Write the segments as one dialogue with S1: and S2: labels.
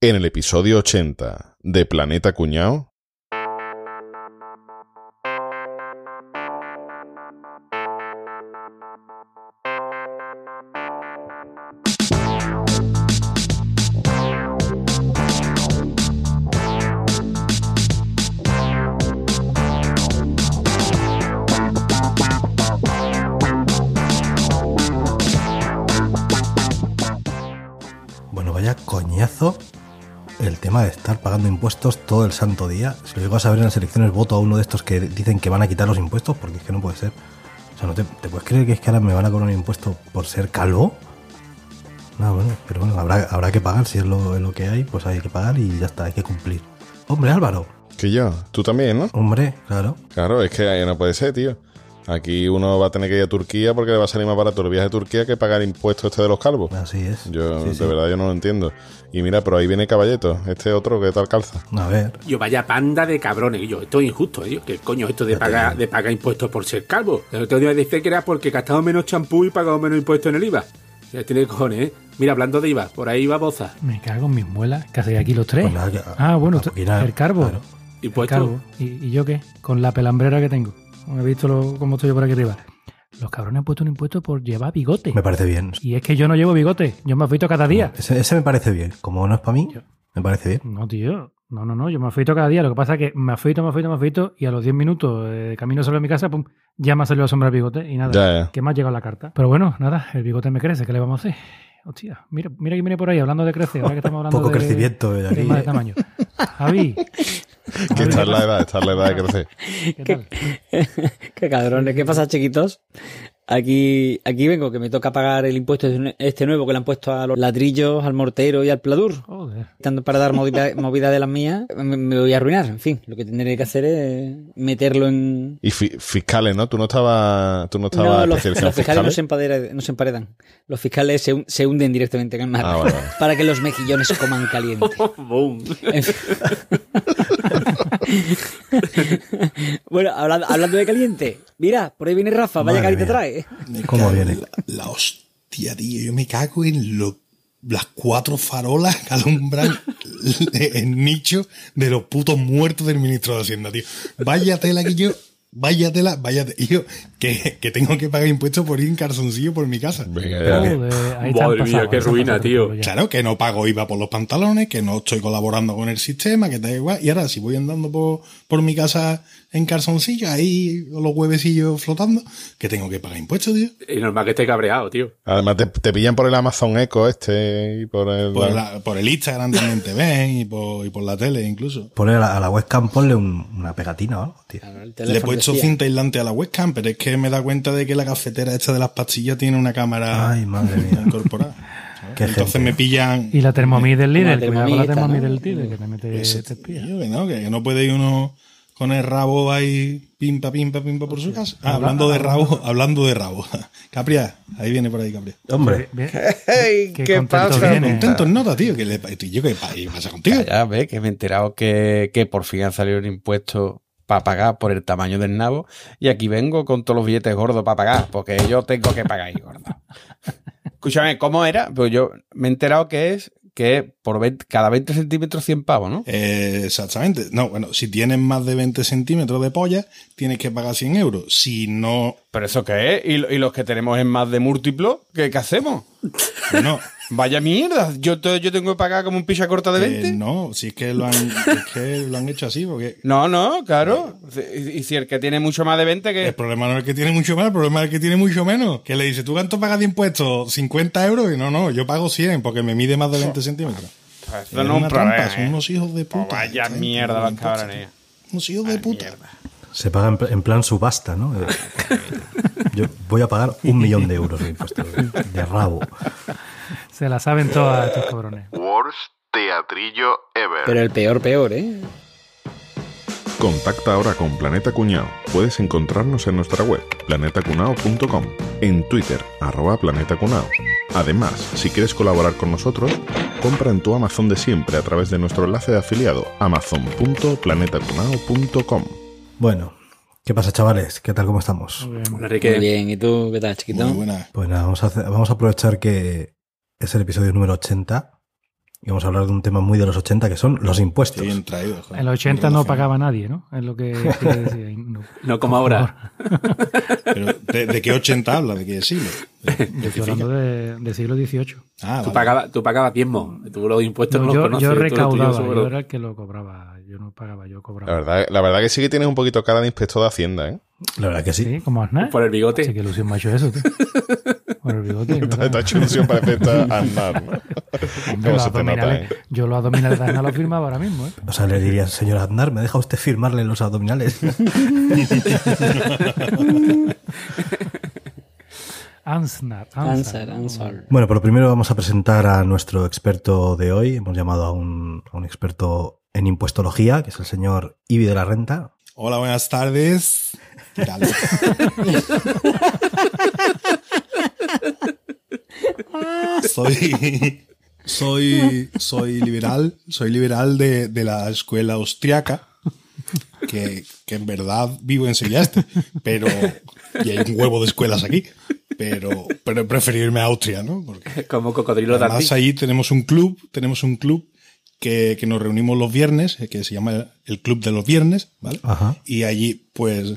S1: En el episodio 80 de Planeta Cuñao.
S2: Bueno, vaya coñazo el tema de estar pagando impuestos todo el santo día. Si lo llego a saber en las elecciones, voto a uno de estos que dicen que van a quitar los impuestos, porque es que no puede ser. O sea, ¿no te, te puedes creer que es que ahora me van a cobrar un impuesto por ser calvo? No, bueno, pero bueno, habrá, habrá que pagar. Si es lo, es lo que hay, pues hay que pagar y ya está, hay que cumplir. Hombre, Álvaro.
S1: Que yo, tú también, ¿no?
S2: Hombre, claro.
S1: Claro, es que ahí no puede ser, tío. Aquí uno va a tener que ir a Turquía porque le va a salir más barato el viaje a Turquía que pagar impuestos este de los calvos.
S2: Así es.
S1: Yo,
S2: Sí,
S1: de
S2: sí.
S1: verdad, yo no lo entiendo. Y mira, pero ahí viene Caballeto, este otro que tal calza.
S2: A ver.
S3: Yo vaya panda de cabrones, yo, esto es injusto, yo, que coño esto de pagar, de pagar impuestos por ser calvo. El otro día dice que era porque gastado menos champú y pagado menos impuestos en el IVA. Ya tiene cojones, ¿eh? Mira, hablando de IVA, por ahí va Boza.
S4: Me cago en mis muelas. ¿Qué hacéis aquí los tres?
S2: Pues nada, que-
S4: ah, bueno,
S2: a
S4: tú-
S2: poquinar,
S4: el carbo.
S2: claro.
S3: Y
S4: El carbo. ¿Y, y yo qué? Con la pelambrera que tengo. Como he visto lo- cómo estoy yo por aquí arriba. Los cabrones han puesto un impuesto por llevar bigote.
S2: Me parece bien.
S4: Y es que yo no llevo bigote. Yo me afeito cada día.
S2: Ese, ese me parece bien. Como no es para mí, me parece bien.
S4: No, tío. No, no, no. Yo me afeito cada día. Lo que pasa es que me afeito, me afeito, me afeito. Y a los 10 minutos eh, de camino sobre mi casa, pum, ya me ha salido la sombra del bigote. Y nada.
S1: Ya, ya.
S4: Que me ha llegado la carta. Pero bueno, nada. El bigote me crece. ¿Qué le vamos a hacer? Hostia. Mira, mira que viene por ahí hablando de crecer. Ahora que estamos hablando
S2: Poco
S4: de...
S2: crecimiento de aquí.
S4: tema de
S2: ¿eh?
S4: tamaño. Javi.
S1: Que
S4: Javi,
S1: está en la edad, está en la edad de crecer.
S4: ¿qué tal?
S5: Qué cabrones, ¿qué pasa, chiquitos? Aquí, aquí vengo, que me toca pagar el impuesto este nuevo que le han puesto a los ladrillos, al mortero y al pladur.
S4: Joder.
S5: Tanto para dar movida, movida de las mías, me, me voy a arruinar. En fin, lo que tendré que hacer es meterlo en.
S1: Y fi- fiscales, ¿no? Tú no estabas, tú no estabas
S5: No, los,
S1: especializado en
S5: los fiscales no se, empadera- no se emparedan. Los fiscales se, hun- se hunden directamente en el mar
S1: Ah, vale, vale.
S5: para que los mejillones coman caliente.
S3: Boom.
S5: En fin. bueno, hablando, hablando de caliente, mira, por ahí viene Rafa, vaya
S2: Madre
S5: caliente
S2: mía.
S5: trae.
S6: Me
S2: ¿Cómo
S6: cago en
S2: viene?
S6: La, la hostia, tío. Yo me cago en lo- las cuatro farolas que alumbran el nicho de los putos muertos del ministro de Hacienda, tío. Vaya tela que yo. Vaya tela, vaya te- yo, que, que tengo que pagar impuestos por ir en calzoncillo por mi casa.
S1: Venga, ya.
S2: Pero que-
S4: Joder, ahí están
S3: Madre mía,
S4: pasados,
S3: qué
S4: ahí están
S3: ruina,
S4: pasados,
S3: tío.
S4: pero ya.
S6: Claro, que no pago IVA por los pantalones, que no estoy colaborando con el sistema, que da igual. Y ahora, si voy andando por, por mi casa en calzoncillo, ahí los huevecillos flotando, que tengo que pagar impuestos, tío.
S3: Y normal que esté cabreado, tío.
S1: Además, te, te pillan por el Amazon Echo este y por el.
S6: Por, la- por el Instagram también te ven y por, y por la tele incluso.
S2: Poner a la, a la webcam, ponle un- una pegatina o algo, tío.
S5: El
S6: Le he
S5: teléfono
S6: puesto
S5: decía,
S6: cinta aislante a la webcam, pero es que me da cuenta de que la cafetera esta de las pastillas tiene una cámara
S2: Ay, madre mía.
S6: incorporada.
S2: Qué
S6: Entonces
S2: gente.
S6: me pillan...
S4: Y la Thermomix del líder, cuidado con la
S5: Thermomix,
S4: Thermomix
S5: ¿no?
S4: del líder, que también te,
S6: Ese
S7: este
S4: te este espía.
S6: tío, que no, que no puede ir uno con el rabo ahí pimpa, pimpa, pimpa por su casa. Ah, hablando de rabo, hablando de rabo. Capria, ahí viene por ahí Capria.
S2: Hombre,
S4: Bien,
S8: Ey,
S4: Qué
S8: ¿Qué
S4: contento
S8: pasa?
S4: viene.
S6: Contento en nota, tío, que le y yo que pa- y pasa contigo.
S9: Ah, Ya ves que me he enterado que, que por fin han salido un impuesto para pagar por el tamaño del nabo y aquí vengo con todos los billetes gordos para pagar porque yo tengo que pagar ahí gordo. Escúchame, ¿cómo era? Pues yo me he enterado que es que por 20 cada 20 centímetros 100 pavos, ¿no?
S6: Eh, exactamente. No, bueno, si tienes más de 20 centímetros de polla, tienes que pagar 100 euros. Si no,
S9: ¿Pero eso qué es? ¿Y, lo- y los que tenemos en más de múltiplo? ¿Qué, qué hacemos?
S6: no.
S9: Vaya mierda, yo, te- yo tengo que pagar como un picha corta de
S6: eh,
S9: 20.
S6: no, si es que lo han, es que lo han hecho así, porque
S9: no, no, claro. Y, y si el que tiene mucho más de 20 que...
S6: el problema no es el que tiene mucho más, el problema es el que tiene mucho menos. Que le dice, ¿tú cuánto pagas de impuestos? ¿50 euros? Y no, no, yo pago 100 porque me mide más de 20 centímetros.
S9: Pues,
S6: Es
S9: no es
S6: una
S9: un
S6: trampa,
S9: problema.
S6: son
S9: ¿eh?
S6: unos hijos de puta.
S9: Pues vaya
S6: Esta gente
S9: mierda
S6: con
S9: las
S6: impuestos,
S9: cabrones. eh.
S6: tío. Unos hijos de puta.
S2: se paga en, pl- en plan subasta, ¿no? Eh, Yo voy a pagar un millón de euros de impuestos, de rabo.
S4: Se la saben todas estos cabrones.
S10: Worst teatrillo ever.
S5: Pero el peor, peor, ¿eh?
S1: Contacta ahora con Planeta Cuñao. Puedes encontrarnos en nuestra web, planetacunao.com, en Twitter, arroba Planeta Cunao. Además, si quieres colaborar con nosotros, compra en tu Amazon de siempre a través de nuestro enlace de afiliado, amazon.planetacunao.com.
S2: Bueno, ¿qué pasa, chavales? ¿Qué tal? ¿Cómo estamos?
S3: Una
S9: eh.
S5: Muy
S3: riqueza.
S5: bien, ¿y tú qué tal, chiquito?
S6: Muy buena.
S2: Pues nada, vamos a, hacer- vamos a aprovechar que es el episodio número 80 Y vamos a hablar de un tema muy de los 80 que son los impuestos.
S6: Qué bien traído. joder.
S7: En los 80
S6: Bien
S7: no
S6: razonado.
S7: pagaba nadie, ¿no? Es lo que quiere decir ahí, no.
S9: No como ahora.
S6: Pero, ¿de, de qué 80 habla? ¿De qué siglo?
S7: Yo estoy hablando de, de siglo XVIII.
S6: Ah,
S9: Tú
S6: vale.
S9: pagabas, tú pagabas diezmo. Tú los impuestos
S7: No,
S9: no, los
S7: yo,
S9: conoces.
S7: yo
S9: tú los tuyos
S7: recaudaba,
S9: seguro.
S7: yo era el que lo cobraba. Yo no pagaba, yo
S1: La
S7: cobraba.
S1: verdad, la verdad que sí que tienes un poquito cara de inspector de Hacienda, ¿eh?
S2: La verdad que sí.
S7: Sí, como Aznar.
S9: Por el bigote.
S7: Sí, qué ilusión me ha hecho eso, tío. Por el bigote.
S1: Está,
S7: ¿verdad?
S1: está hecho ilusión para estar andar, ¿no?
S7: Hombre,
S1: Cómo
S7: los
S1: se
S4: pues
S1: te nota, ¿eh?
S7: abdominales- Yo los abdominales de Aznar los firmaba ahora mismo, ¿eh?
S2: O sea, le diría, señor Aznar, ¿me deja usted firmarle los abdominales?
S7: Ansnar. Ansnar.
S5: Answer, answer.
S2: bueno, pero primero vamos a presentar a nuestro experto de hoy. Hemos llamado a un, a un experto en impuestología, que es el señor Ibi de la Renta.
S6: Hola, buenas tardes. ¿Qué tal? soy, soy, soy liberal, soy liberal de, de la escuela austriaca, que, que en verdad vivo en Sevilla Este, pero, y hay un huevo de escuelas aquí, pero, pero preferirme a Austria, ¿no? Porque
S9: Como cocodrilo de
S6: Además, ahí tenemos un club, tenemos un club que, que nos reunimos los viernes, eh, que se llama el Club de los Viernes, ¿vale?
S2: Ajá.
S6: Y allí, pues,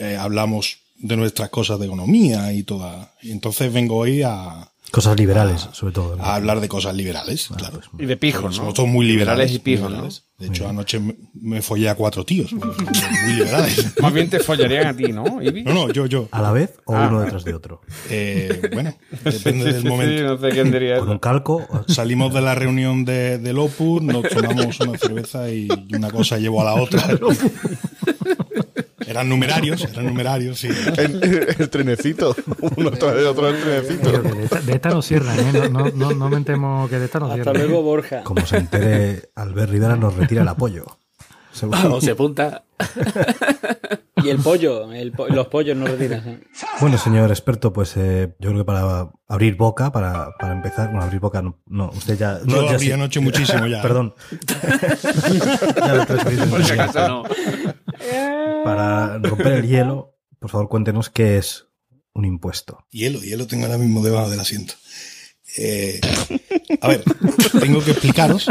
S6: eh, hablamos de nuestras cosas de economía y toda. Y entonces vengo hoy a,
S2: Cosas liberales, sobre todo. ¿no?
S6: a hablar de cosas liberales, claro.
S11: Y de pijos, ¿no?
S6: Somos todos muy liberales.
S11: y pijos,
S6: muy
S11: ¿no?
S6: liberales. De hecho, anoche me, me follé a cuatro tíos. bueno, muy liberales.
S11: Más bien te follarían a ti, ¿no, Ibi?
S6: No, no, yo, yo.
S2: ¿A la vez o
S11: Ah.
S2: uno detrás de otro?
S6: Eh, bueno, depende
S11: Sí,
S6: del
S11: sí,
S6: momento.
S11: sí, no sé quién diría
S2: ¿Con un
S11: eso.
S2: calco? o-
S6: Salimos de la reunión de, del Opus, nos tomamos una cerveza y una cosa llevó a la otra. Eran numerarios, eran numerarios, sí.
S1: El, el trenecito. Uno tras el otro el
S7: Pero
S1: trenecito.
S7: que de, esta, de esta no cierran, ¿eh? No, no, no, no mentemos que de esta no
S5: Hasta
S7: cierran.
S5: luego, Borja.
S2: Como se entere, Albert Rivera nos retira el apoyo. Seguro.
S9: O se punta.
S5: Y el pollo, el po- los pollos no retiras. ¿eh?
S2: Bueno, señor experto, pues eh, yo creo que para abrir boca, para, para empezar, bueno, abrir boca, no, no, usted ya...
S6: Yo
S2: no, ya
S6: abrí
S2: sí.
S6: anoche muchísimo ya.
S2: Perdón. Ya lo estoy escribiendo.
S9: Por si acaso no.
S2: Para romper el hielo, por favor, cuéntenos qué es un impuesto.
S6: Hielo, hielo tengo ahora mismo debajo del asiento. Eh, a ver, tengo que explicaros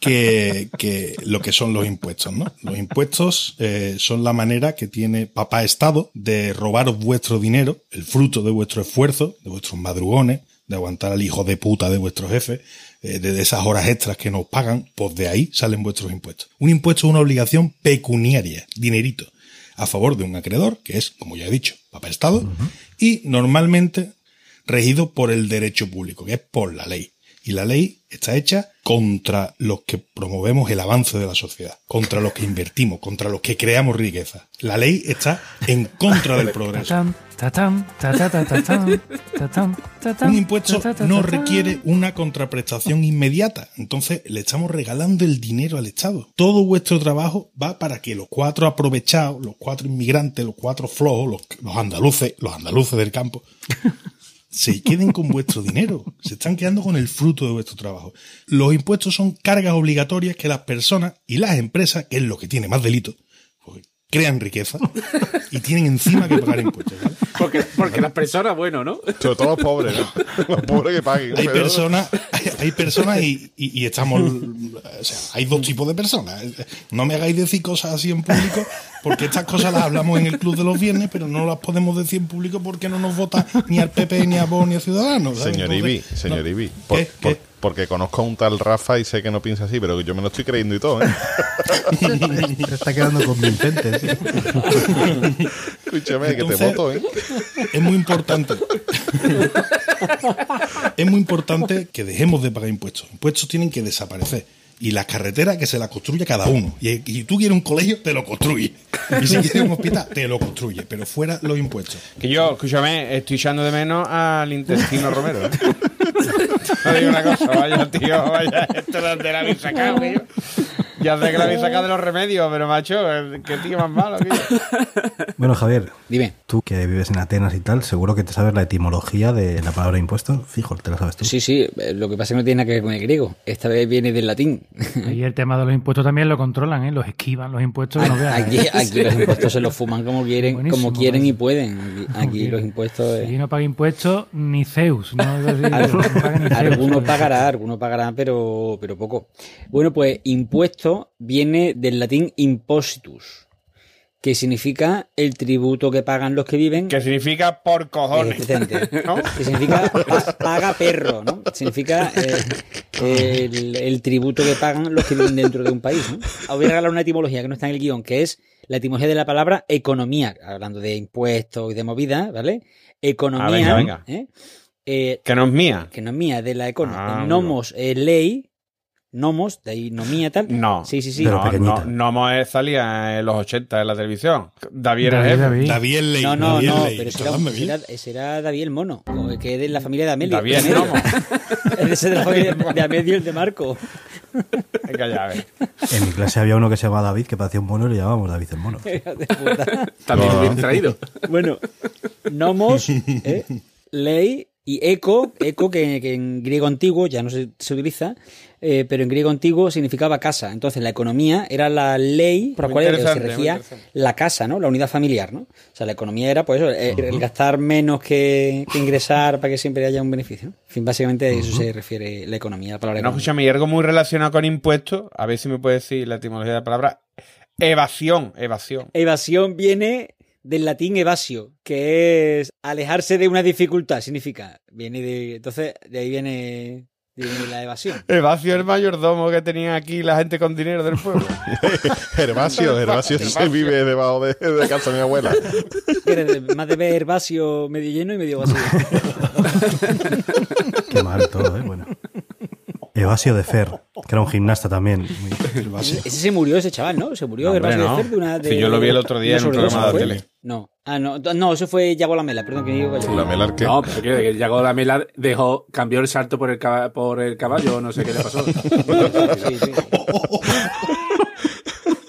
S6: que, que lo que son los impuestos, ¿no? Los impuestos eh, son la manera que tiene papá Estado de robaros vuestro dinero, el fruto de vuestro esfuerzo, de vuestros madrugones, de aguantar al hijo de puta de vuestro jefe, eh, de esas horas extras que nos pagan, pues de ahí salen vuestros impuestos. Un impuesto es una obligación pecuniaria, dinerito, a favor de un acreedor, que es, como ya he dicho, papá Estado, y normalmente regido por el derecho público, que es por la ley. Y la ley está hecha contra los que promovemos el avance de la sociedad, contra los que invertimos, contra los que creamos riqueza. La ley está en contra del progreso.
S7: Tatán, tatán, tatán, tatán, tatán, tatán,
S6: Un impuesto
S7: tatán,
S6: no
S7: tatán.
S6: requiere una contraprestación inmediata. Entonces le estamos regalando el dinero al Estado. Todo vuestro trabajo va para que los cuatro aprovechados, los cuatro inmigrantes, los cuatro flojos, los, los andaluces, los andaluces del campo, se queden con vuestro dinero. Se están quedando con el fruto de vuestro trabajo. Los impuestos son cargas obligatorias que las personas y las empresas, que es lo que tiene más delito, pues, crean riqueza y tienen encima que pagar impuestos. ¿vale?
S9: Porque, porque las personas, bueno, ¿no?
S1: Sobre todo los pobres, ¿no? Los pobres que paguen.
S6: hay
S1: pero-
S6: personas hay, hay personas y, y- y estamos o sea, hay dos tipos de personas no me hagáis decir cosas así en público porque estas cosas las hablamos en el club de los viernes pero no las podemos decir en público porque no nos vota ni al PP ni a Vox ni a Ciudadanos ¿sabes?
S1: Señor Ibi,
S6: Entonces,
S1: señor
S6: no.
S1: Ibi. por-
S6: ¿Qué?
S1: por-
S6: ¿Qué?
S1: porque conozco a un tal Rafa y sé que no piensa así, pero yo me lo estoy creyendo y todo, ¿eh?
S2: Se está quedando convincente. sí.
S1: Escúchame, que te
S6: Entonces-
S1: voto, ¿eh?
S6: es muy importante. es muy importante que dejemos de pagar impuestos. Impuestos tienen que desaparecer. Y las carreteras que se las construye cada uno. Y, y tú quieres un colegio, te lo construye. Y si quieres un hospital, te lo construye. Pero fuera los impuestos.
S11: Que yo, escúchame, estoy echando de menos al intestino Romero. ¿eh? No digo una cosa, vaya tío, vaya, esto es de la misa sacado, tío. Ya sé que lo habéis sacado de los remedios, pero macho, eh, qué tío más malo, tío.
S2: Bueno, Javier,
S5: Dime.
S2: tú que vives en Atenas y tal, seguro que te sabes la etimología de la palabra impuesto. Fijo, te la sabes tú.
S5: Sí, sí, eh, lo que pasa es que no tiene nada que ver con el griego. Esta vez viene del latín.
S7: Y el tema de los impuestos también lo controlan, ¿eh? Los esquivan los impuestos. No veas,
S5: Aquí,
S7: ¿eh?
S5: aquí los impuestos se los fuman como quieren,
S7: Buenísimo,
S5: como quieren y
S7: buenísimo.
S5: pueden. Aquí, aquí los impuestos. eh,
S7: Si no paga impuestos, ni Zeus. No, Es decir, no paga ni Zeus.
S5: Alguno pagará, alguno pagará, pero, pero poco. Bueno, pues impuesto viene del latín impositus, que significa el tributo que pagan los que viven.
S11: Que significa por cojones.
S5: Exactamente.
S11: ¿no?
S5: Eh, Que significa pa- paga perro, ¿no? Significa eh, el, el tributo que pagan los que viven dentro de un país. ¿no? Os voy a regalar una etimología que no está en el guión, que es la etimología de la palabra economía, hablando de impuestos y de movidas, ¿vale? Economía.
S11: Ah, venga, venga.
S5: ¿eh? Eh,
S11: Que no es mía.
S5: que no es mía, de la
S11: Ah,
S5: economía.
S11: amigo.
S5: nomos, eh, ley, nomos, de ahí nomía tal.
S11: No.
S5: Sí, sí, sí.
S2: Pero
S11: no,
S2: pequeñita.
S11: no, no Moe salía en los 80 en la televisión. David era el
S7: David,
S11: jefe.
S7: David.
S6: David el Ley.
S5: No, no,
S6: David el
S5: no,
S6: Ley.
S5: pero será,
S6: Chaval, me vi.
S5: será, será David el mono, o que es de la familia de Amelio.
S11: David el
S5: de Amelio.
S11: Nomo.
S5: Ese de la familia de Amelio, el de Marco.
S11: Venga, ya, a ver.
S2: En mi clase había uno que se llamaba David, que parecía un mono y le llamábamos David el mono.
S5: Hija de puta.
S9: También bien traído.
S5: Bueno, nomos, ¿eh? ley y eco, eco que, que en griego antiguo ya no se, se utiliza, eh, pero en griego antiguo significaba casa. Entonces la economía era la ley por la
S11: Muy
S5: cual se
S11: interesante, muy
S5: regía
S11: interesante.
S5: la casa, ¿no? La unidad familiar, ¿no? O sea, la economía era pues eso, el, el gastar menos que, que ingresar para que siempre haya un beneficio. ¿no? En fin, básicamente a eso se refiere la economía, la palabra
S11: No,
S5: economía.
S11: escúchame, y algo muy relacionado con impuestos. A ver si me puedes decir la etimología de la palabra. Evasión, evasión.
S5: Evasión viene del latín evasio, que es alejarse de una dificultad, significa. Viene de. Entonces, de ahí viene, de ahí viene la evasión.
S11: Evasio el mayordomo que tenía aquí la gente con dinero del pueblo.
S1: Gervasio, Gervasio se
S11: Gervasio.
S1: vive debajo de, de casa de mi abuela.
S5: Que era de- Más de ver vacío medio lleno y medio vacío.
S2: Qué mal todo, ¿eh? Bueno. Evasio de Fer, que era un gimnasta también.
S6: El base.
S5: Ese se murió, ese chaval, ¿no? Se murió
S11: No, hombre,
S5: Gervasio
S11: no.
S5: de Fer de una. De,
S11: Sí, yo lo vi el otro día
S5: una
S11: en un
S5: sobredosis,
S11: programa de
S5: ¿no fue?
S11: tele.
S5: No. Ah, no. No, eso fue Yago la Mela, perdón que digo Yago.
S1: La melar que.
S9: No, pero que, que llegó la mela, dejó, cambió el salto por el, caba- por el caballo, no sé qué le pasó.
S5: Sí, sí.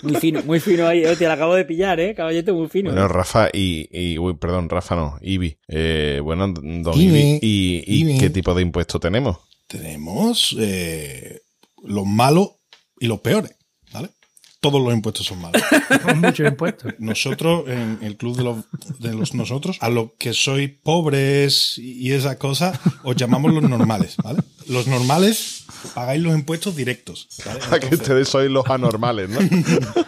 S5: Muy fino, muy fino ahí. eh, Te la acabo de pillar, ¿eh? Caballete, muy fino.
S1: Bueno, Rafa y, y- uy, perdón, Rafa no, Ibi. Eh, bueno, don Ibi,
S6: Ibi,
S1: ¿y, y
S6: Ibi.
S1: qué tipo de impuesto tenemos?
S6: Tenemos eh, los malos y los peores, ¿vale? Todos los impuestos son malos.
S7: Con muchos impuestos.
S6: Nosotros, en el club de los, de los nosotros, a los que sois pobres y esas cosas, os llamamos los normales, ¿vale? Los normales pagáis los impuestos directos, ¿vale?
S1: Ah, que ustedes sois los anormales, ¿no?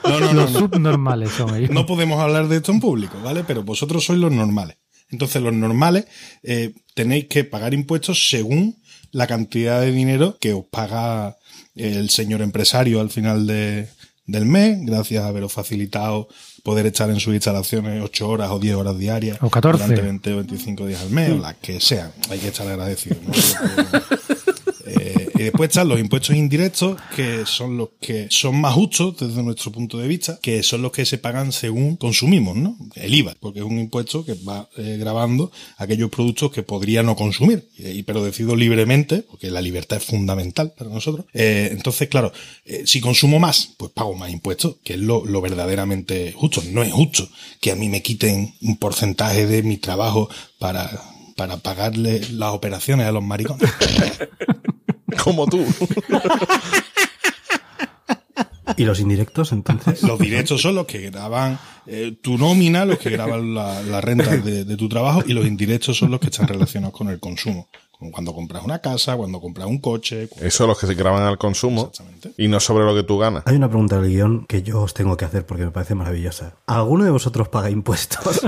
S6: No, no, no,
S7: Los
S6: no.
S7: subnormales son ellos.
S6: No podemos hablar de esto en público, ¿vale? Pero vosotros sois los normales. Entonces, los normales eh, tenéis que pagar impuestos según la cantidad de dinero que os paga el señor empresario al final de- del mes, gracias a haberos facilitado poder estar en sus instalaciones 8 horas o 10 horas diarias.
S7: O 14.
S6: Durante 20 o 25 días al mes, o las que sean. Hay que estar agradecido. ¿no? Eh, y después están los impuestos indirectos, que son los que son más justos desde nuestro punto de vista, que son los que se pagan según consumimos, ¿no? El IVA, porque es un impuesto que va eh, grabando aquellos productos que podría no consumir, y- pero decido libremente, porque la libertad es fundamental para nosotros. Eh, entonces, claro, eh, si consumo más, pues pago más impuestos, que es lo, lo verdaderamente justo. No es justo que a mí me quiten un porcentaje de mi trabajo para, para pagarle las operaciones a los maricones.
S1: Como tú.
S2: ¿Y los indirectos, entonces?
S6: Los directos son los que graban eh, tu nómina, los que graban la, la renta de, de tu trabajo y los indirectos son los que están relacionados con el consumo. Como cuando compras una casa, cuando compras un coche. cu-
S1: Eso los que se graban al consumo
S6: Exactamente.
S1: y no sobre lo que tú ganas.
S2: Hay una pregunta del guión que yo os tengo que hacer porque me parece maravillosa. ¿Alguno de vosotros paga impuestos?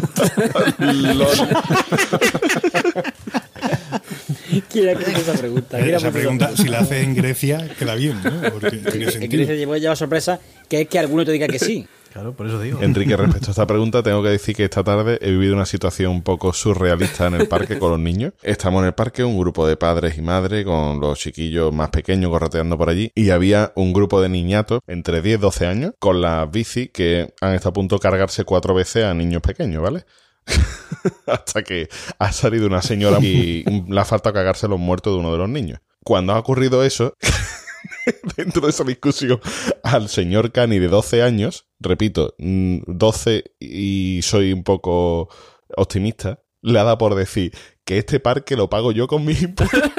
S5: ¿Quién ha hecho esa pregunta? ¿Quién ha
S6: Eh, Esa
S5: puesto
S6: pregunta, si la haces en Grecia, queda bien, ¿no? Porque tiene
S5: El que se
S6: sentido.
S5: llevó ya la sorpresa que es que alguno te diga que sí.
S2: claro, por eso digo.
S1: Enrique, respecto a esta pregunta, tengo que decir que esta tarde he vivido una situación un poco surrealista en el parque con los niños. Estamos en el parque, un grupo de padres y madres con los chiquillos más pequeños correteando por allí y había un grupo de niñatos entre 10 y 12 años con las bici que han estado a punto de cargarse cuatro veces a niños pequeños, ¿vale? Hasta que ha salido una señora y le ha faltado cagarse los muertos de uno de los niños. Cuando ha ocurrido eso, dentro de esa discusión al señor Cani de 12 años, repito, mm, 12 y soy un poco optimista, le ha dado por decir que este parque lo pago yo con mis impuestos.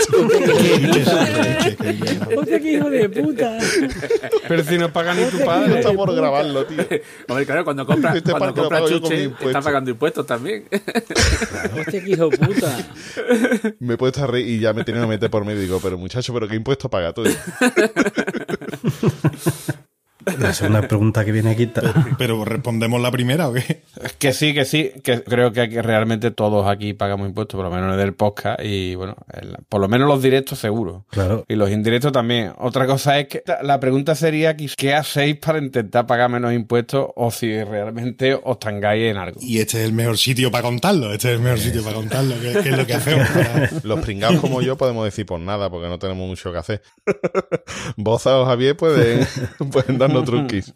S5: Hostia, qué hijo de puta.
S11: Pero si no paga ni tu padre.
S1: Está por grabarlo, tío.
S9: Hombre, claro, cuando compras
S1: Este
S9: cuando
S1: parque lo
S9: compras
S1: pago yo con
S9: chuche,
S1: mi impuesto.
S9: estás pagando impuestos también.
S5: Hostia, qué hijo de puta.
S1: Me he puesto a reír y ya me tienen a meter por medio. Digo, pero muchacho, ¿pero qué impuesto paga tú?
S2: La segunda pregunta que viene aquí. ta-
S6: Pero respondemos la primera, ¿o qué?
S11: Que sí, que sí, que creo que aquí realmente todos aquí pagamos impuestos, por lo menos en el del podcast y bueno, el- por lo menos los directos seguro.
S2: Claro.
S11: Y los indirectos también. Otra cosa es que ta- la pregunta sería que- ¿qué hacéis para intentar pagar menos impuestos o si realmente os tangáis en algo?
S6: Y este es el mejor sitio para contarlo. Este es el mejor sitio para contarlo, que, que es lo que hacemos. para-
S1: Los pringados como yo podemos decir por nada, porque no tenemos mucho que hacer. Boza o Javier pueden, pueden darnos truquis.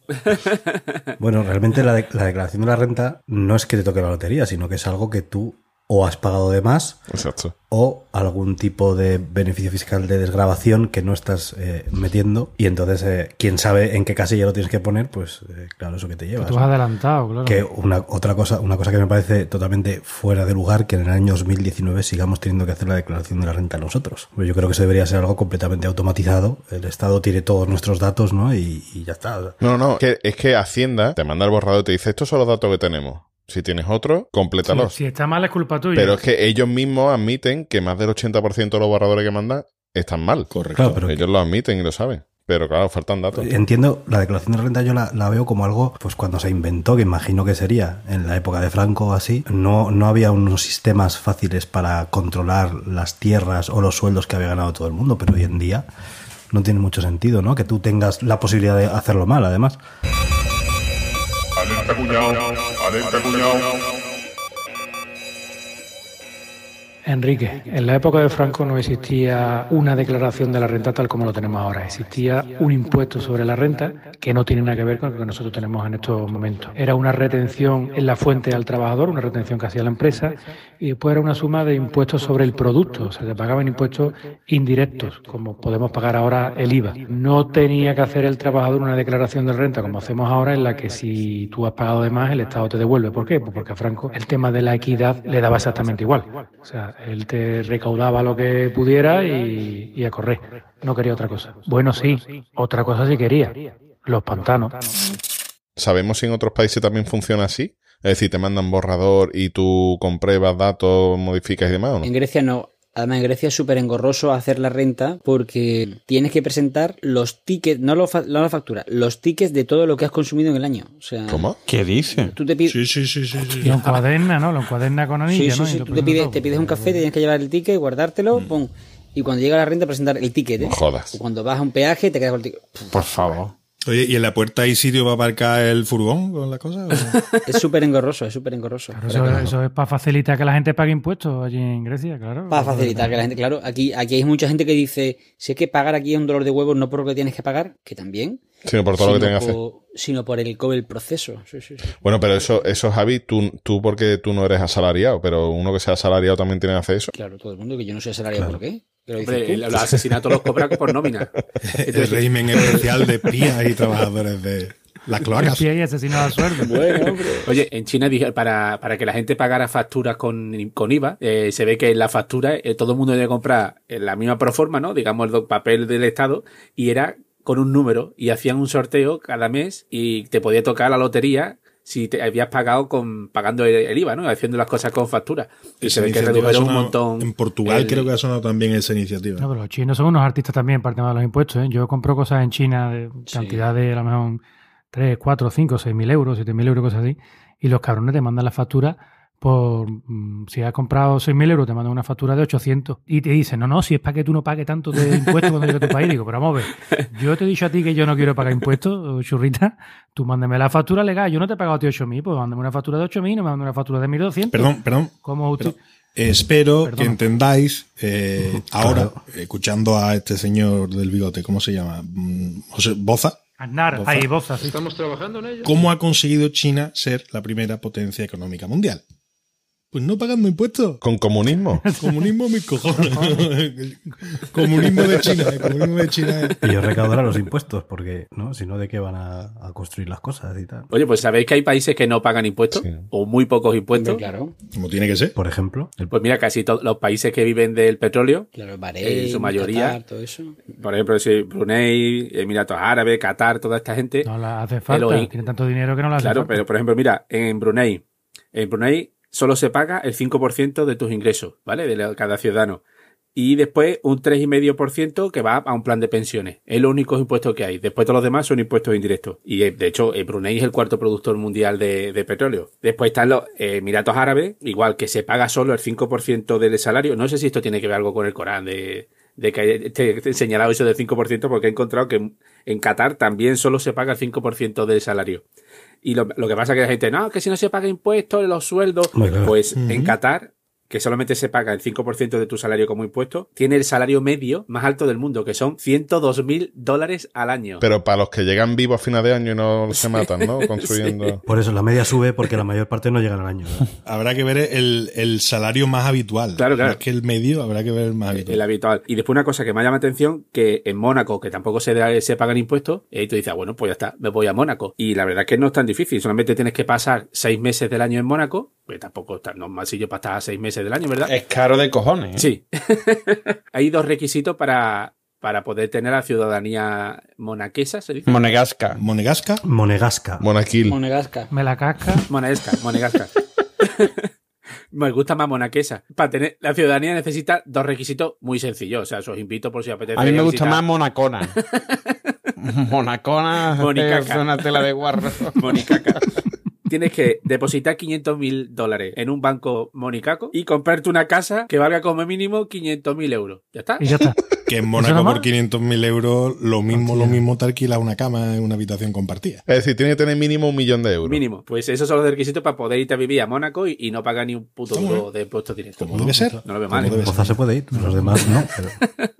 S2: Bueno, realmente la, de- la declaración de la renta no es que te toque la lotería, sino que es algo que tú o has pagado de más
S1: Exacto.
S2: o algún tipo de beneficio fiscal de desgrabación que no estás eh, metiendo. Y entonces, eh, quién sabe en qué casilla lo tienes que poner, pues eh, claro, eso que te llevas.
S4: Tú has adelantado, claro.
S2: Que una otra cosa, una cosa que me parece totalmente fuera de lugar que en el año 2019 sigamos teniendo que hacer la declaración de la renta nosotros. Pero Yo creo que eso debería ser algo completamente automatizado. El Estado tiene todos nuestros datos, ¿no? Y, y ya está. O sea,
S1: No, no, que- es que Hacienda te manda el borrado y te dice, estos son los datos que tenemos. Si tienes otro,
S4: si,
S1: complétalos.
S4: si está mal es culpa tuya.
S1: Pero es que ellos mismos admiten que más del 80% de los borradores que mandan están mal. Correcto.
S2: Claro, pero Eh,
S1: ellos lo admiten y lo saben. Pero claro, faltan datos.
S2: Entiendo, la declaración de la renta yo la, la veo como algo, pues cuando se inventó, que imagino que sería en la época de Franco o así, no, no había unos sistemas fáciles para controlar las tierras o los sueldos que había ganado todo el mundo, pero hoy en día no tiene mucho sentido, ¿no? Que tú tengas la posibilidad de hacerlo mal, además.
S12: Alerta cuñado, alerta cuñado.
S4: Enrique, en la época de Franco no existía una declaración de la renta tal como lo tenemos ahora. Existía un impuesto sobre la renta que no tiene nada que ver con lo que nosotros tenemos en estos momentos. Era una retención en la fuente al trabajador, una retención que hacía la empresa, y después era una suma de impuestos sobre el producto. O sea, se pagaban impuestos indirectos, como podemos pagar ahora el IVA. No tenía que hacer el trabajador una declaración de renta como hacemos ahora, en la que si tú has pagado de más, el Estado te devuelve. ¿Por qué? Pues porque a Franco el tema de la equidad le daba exactamente igual. O sea, él te recaudaba lo que pudiera y, y a correr. No quería otra cosa. Bueno, sí, otra cosa sí quería. Los pantanos.
S1: ¿Sabemos si en otros países también funciona así? Es decir, te mandan borrador y tú compruebas datos, modificas y demás, ¿o no?
S5: En Grecia no. Además, en Grecia es súper engorroso hacer la renta porque tienes que presentar los tickets, no, lo fa- no la factura, los tickets de todo lo que has consumido en el año. O sea,
S1: ¿Cómo?
S11: ¿Qué dice?
S5: tú te pides.
S6: Sí, sí, sí, sí. sí.
S4: Y lo encuaderna, ¿no? Lo encuaderna con
S5: Sí,
S4: anillo,
S5: sí,
S4: ¿no?
S5: sí.
S4: Y lo
S5: Tú te
S4: presenta
S5: pides,
S4: todo.
S5: te pides un café, tienes que llevar el ticket, guardártelo, pum. Y cuando llega la renta, presentar el ticket. ¿eh?
S1: No jodas.
S5: O Cuando vas a un peaje, te quedas con el ticket.
S11: Por favor.
S6: Oye, ¿y en la puerta hay sitio para aparcar el furgón con las cosas? o no?
S5: Es súper engorroso, es súper engorroso.
S4: Claro, eso, eso es para facilitar que la gente pague impuestos allí en Grecia, claro.
S5: Para facilitar que la gente, claro, aquí, aquí hay mucha gente que dice, si es que pagar aquí es un dolor de huevos, no por lo que tienes que pagar, que también,
S1: Sino por todo lo que
S5: sino,
S1: tengan que hacer.
S5: por, sino por el, co- el proceso. Sí, sí, sí.
S1: Bueno, pero eso, eso Javi, tú, tú porque tú no eres asalariado, pero uno que sea asalariado también tiene que hacer eso.
S5: Claro, todo el mundo, que yo no soy asalariado, ¿por qué? Que lo dices
S9: Hombre,
S5: tú.
S9: los asesinatos los cobran por nómina.
S6: El régimen especial de espías y trabajadores de las cloacas.
S4: Espía y asesino al sueldo.
S5: Bueno, hombre.
S9: Oye, en China dije- para, para que la gente pagara facturas con, con IVA, eh, se ve que en la factura eh, todo el mundo debe comprar en la misma proforma, ¿no? Digamos el do- papel del Estado, y era con un número, y hacían un sorteo cada mes y te podía tocar la lotería si te habías pagado con pagando el, el IVA, ¿no? Haciendo las cosas con factura. Y se
S6: Esa
S9: ve que
S6: iniciativa ha
S9: redujeron un
S6: sonado-
S9: montón.
S6: En Portugal
S9: el-
S6: creo que ha sonado también esa
S4: No,
S6: iniciativa.
S4: pero los chinos son unos artistas también para el tema de los impuestos. ¿eh? Yo compro cosas en China de
S5: Sí.
S4: cantidad de a lo mejor 3, 4, 5, 6 mil euros, 7 mil euros, cosas así. Y los cabrones te mandan la factura por. mm, Si has comprado 6 mil euros, te mandan una factura de 800. Y te dicen, no, no, si es para que tú no pagues tanto de impuestos cuando llegue a tu país. Digo, pero vamos a ver, yo te he dicho a ti que yo no quiero pagar impuestos, oh, churrita. Tú mándame la factura legal. Yo no te he pagado a ti 8 mil, pues mándame una factura de 8 mil, no me manda una factura de 1.200.
S6: Perdón, perdón.
S4: ¿Cómo usted?
S6: Espero
S4: Perdona.
S6: que entendáis eh, ahora, escuchando a este señor del bigote, ¿cómo se llama? Mm, José Boza.
S4: Aznar, ahí, Boza, sí.
S6: ¿Cómo ha conseguido China ser la primera potencia económica mundial? Pues no pagando impuestos.
S1: ¿Con comunismo?
S6: Comunismo mis cojones. comunismo de China, eh, comunismo de China. eh.
S2: Y ellos recaudarán los impuestos, porque, ¿no? Si no, ¿de qué van a, a construir las cosas y tal?
S9: Oye, pues sabéis que hay países que no pagan impuestos
S1: Sí.
S9: o muy pocos impuestos.
S5: Hombre, claro,
S6: Como tiene que ser.
S2: Por ejemplo, el-
S9: Pues mira, casi todos los países que viven del petróleo,
S5: claro, Bahrein,
S9: En su mayoría.
S5: Qatar, todo eso.
S9: por ejemplo, si Brunei, Emiratos Árabes, Qatar, toda esta gente.
S4: No la hace falta.
S9: Pero-
S4: Tiene tanto dinero que no la hace
S9: claro,
S4: falta.
S9: pero por ejemplo, mira, en Brunei, en Brunei solo se paga el 5% de tus ingresos, ¿vale? De la- cada ciudadano. Y después un 3,5% que va a un plan de pensiones. Es los únicos impuestos que hay. Después todos los demás son impuestos indirectos. Y eh, de hecho, eh, Brunei es el cuarto productor mundial de, de petróleo. Después están los eh, Emiratos Árabes, igual que se paga solo el 5% del salario. No sé si esto tiene que ver algo con el Corán, de, de que te, te he señalado eso del 5%, porque he encontrado que en- en Qatar también solo se paga el 5% del salario. Y lo, lo que pasa es que la gente, no, que si no se paga impuestos, los sueldos.
S2: Hombre, claro.
S9: Pues en
S6: Ujú.
S9: Qatar, que solamente se paga el 5% de tu salario como impuesto, tiene el salario medio más alto del mundo, que son 102 mil dólares al año.
S1: Pero para los que llegan vivos a final de año y no se matan, ¿no? Construyendo.
S2: por eso la media sube porque la mayor parte no llegan al año. ¿verdad?
S6: Habrá que ver el, el salario más habitual.
S9: Claro, claro. Eh,
S6: Más que el medio, habrá que ver el más habitual.
S9: el habitual. Y después una cosa que me llama la atención, que en Mónaco, que tampoco se, da- se pagan impuestos, y tú dices, "Ah, bueno, pues ya está, me voy a Mónaco. Y la verdad es que no es tan difícil, solamente tienes que pasar seis meses del año en Mónaco, que tampoco es tan normal si yo para estar seis meses del año, ¿verdad?
S11: Es caro de cojones. ¿eh?
S9: Sí. Hay dos requisitos para, para poder tener la ciudadanía monaquesa, se dice.
S11: Monegasca.
S6: Monegasca.
S2: Monegasca.
S1: Monaquil.
S5: Monegasca.
S4: Me la casca.
S9: Monaesca, monegasca. Me gusta más monaquesa. Para tener la ciudadanía necesita dos requisitos muy sencillos. O sea, os os invito por si os apetece.
S11: A mí me gusta
S9: visitar
S11: más Monacona. Monacona
S9: Monicaca.
S11: es una tela de guarro.
S9: Monicaca. Tienes que depositar 500 mil dólares en un banco monicaco y comprarte una casa que valga como mínimo 500 mil euros. ¿Ya está?
S4: Y ya está.
S6: Que en
S4: nada
S6: Mónaco
S4: más?
S6: por 500.000 euros, lo mismo, lo mismo te alquila una cama en una habitación compartida.
S1: Es decir, tiene que tener mínimo un millón de euros.
S9: Mínimo. Pues esos son los requisitos para poder irte a vivir a Mónaco y, y no pagar ni un puto
S6: Está muy
S9: duro de impuestos directos.
S6: Como debe ser.
S9: No lo veo
S6: Como
S9: mal. ¿eh?
S6: debe ser.
S2: Poza se puede ir, los demás no. pero-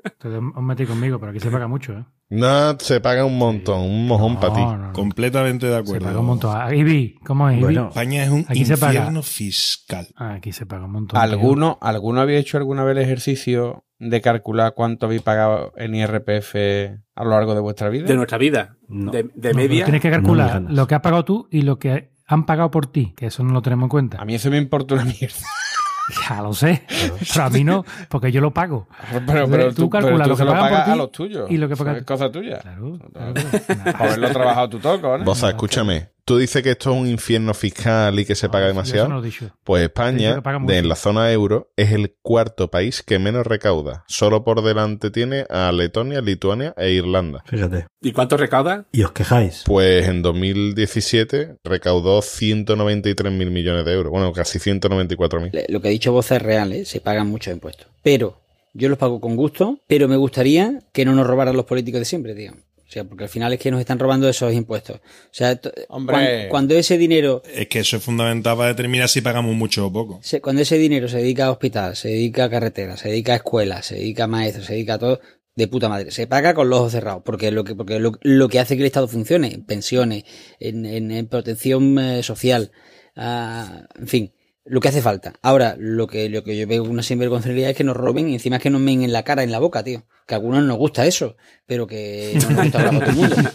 S4: Entonces, os metí conmigo, pero aquí se paga mucho, ¿eh?
S1: No, se paga un montón, un mojón
S4: No,
S1: para ti.
S4: no, no.
S6: Completamente de
S4: Ah, Se
S6: acuerdo.
S4: paga un montón. Ah, Ibi, ¿cómo es Ibi?
S2: Bueno.
S6: España es un
S4: Aquí se paga.
S6: infierno fiscal.
S4: Ah, aquí se paga un montón. tío.
S11: ¿Alguno, ¿Alguno había hecho alguna vez el ejercicio de calcular cuánto habéis pagado en IRPF a lo largo de vuestra vida?
S9: De nuestra vida.
S2: No.
S9: De, de
S4: No, pero
S9: media.
S4: Tienes que
S2: No me
S4: calcular
S2: ganas.
S4: lo que has pagado tú y lo que han pagado por ti, que eso no lo tenemos en
S11: A
S4: cuenta.
S11: mí eso me importa una mierda.
S4: Ya lo sé, pero a mí no, porque yo lo pago.
S11: Pero, pero
S4: Tú
S11: tú,
S4: calcula
S11: pero tú
S4: lo que
S11: se lo
S4: pagan por
S11: pagas
S4: ti
S11: a los tuyos.
S4: y lo que
S11: Eso
S4: pagan-
S11: Es cosa tuya.
S4: Claro, claro. Una
S11: Por haberlo trabajado tú todo, cojones.
S1: Boza, escúchame. Tú dices que esto es un infierno fiscal y que se paga
S4: yo Ah, eso
S1: demasiado.
S4: no lo he dicho.
S1: Pues
S4: Dice
S1: España,
S4: que paga mucho.
S1: de en la zona euro, es el cuarto país que menos recauda. Solo por delante tiene a Letonia, Lituania e Irlanda.
S2: Fíjate.
S9: ¿Y cuánto recauda?
S2: Y os quejáis.
S1: Pues en 2017 recaudó 193 mil millones de euros. Bueno, casi 194 mil.
S5: Le- Lo que ha dicho Voz es real, ¿eh? se pagan muchos impuestos. Pero yo los pago con gusto, pero me gustaría que no nos robaran los políticos de siempre, tío. O sea, porque al final es que nos están robando esos impuestos. O sea, to-
S11: Hombre.
S5: cuan- cuando ese dinero
S6: Es que eso es fundamental para determinar si pagamos mucho o poco.
S5: Se- cuando ese dinero se dedica a hospital, se dedica a carreteras, se dedica a escuelas, se dedica a maestros, se dedica a todo, de puta madre. Se paga con los ojos cerrados, porque lo que, porque lo, lo que hace que el Estado funcione, en pensiones, en, en- en protección eh, social, ah, en fin, lo que hace falta. Ahora, lo que, lo que yo veo una sinvergonzonería es que nos roben y encima es que nos men en la cara, en la boca, tío. Que a algunos nos gusta eso, pero que no nos gusta hablar con todo el mundo.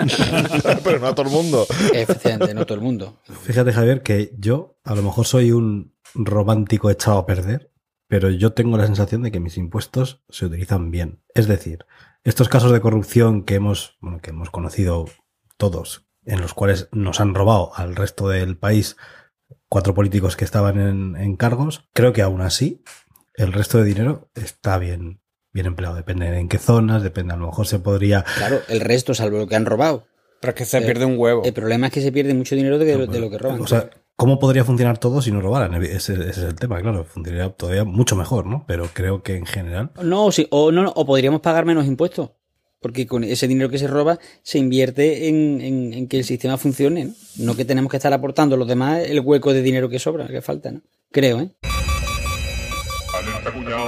S1: Pero no a todo el mundo.
S5: Efectivamente, no todo el mundo.
S2: Fíjate, Javier, que yo a lo mejor soy un romántico echado a perder, pero yo tengo la sensación de que mis impuestos se utilizan bien. Es decir, estos casos de corrupción que hemos, bueno, que hemos conocido todos, en los cuales nos han robado al resto del país cuatro políticos que estaban en, en cargos, creo que aún así el resto de dinero está bien, bien empleado. Depende en qué zonas, depende, a lo mejor se podría
S5: Claro, el resto, salvo lo que han robado.
S11: Pero es que se
S5: Eh,
S11: pierde un huevo.
S5: El problema es que se pierde mucho dinero de, de lo que roban.
S2: O sea, ¿cómo podría funcionar todo si no robaran? Ese, ese es el tema, claro. Funcionaría todavía mucho mejor, ¿no? Pero creo que en general.
S5: No, o sí, o no, no, o podríamos pagar menos impuestos. Porque con ese dinero que se roba se invierte en, en- en que el sistema funcione, ¿no? No que tenemos que estar aportando a los demás el hueco de dinero que sobra, que falta, ¿no? Creo, ¿eh?
S10: Alerta cuñado,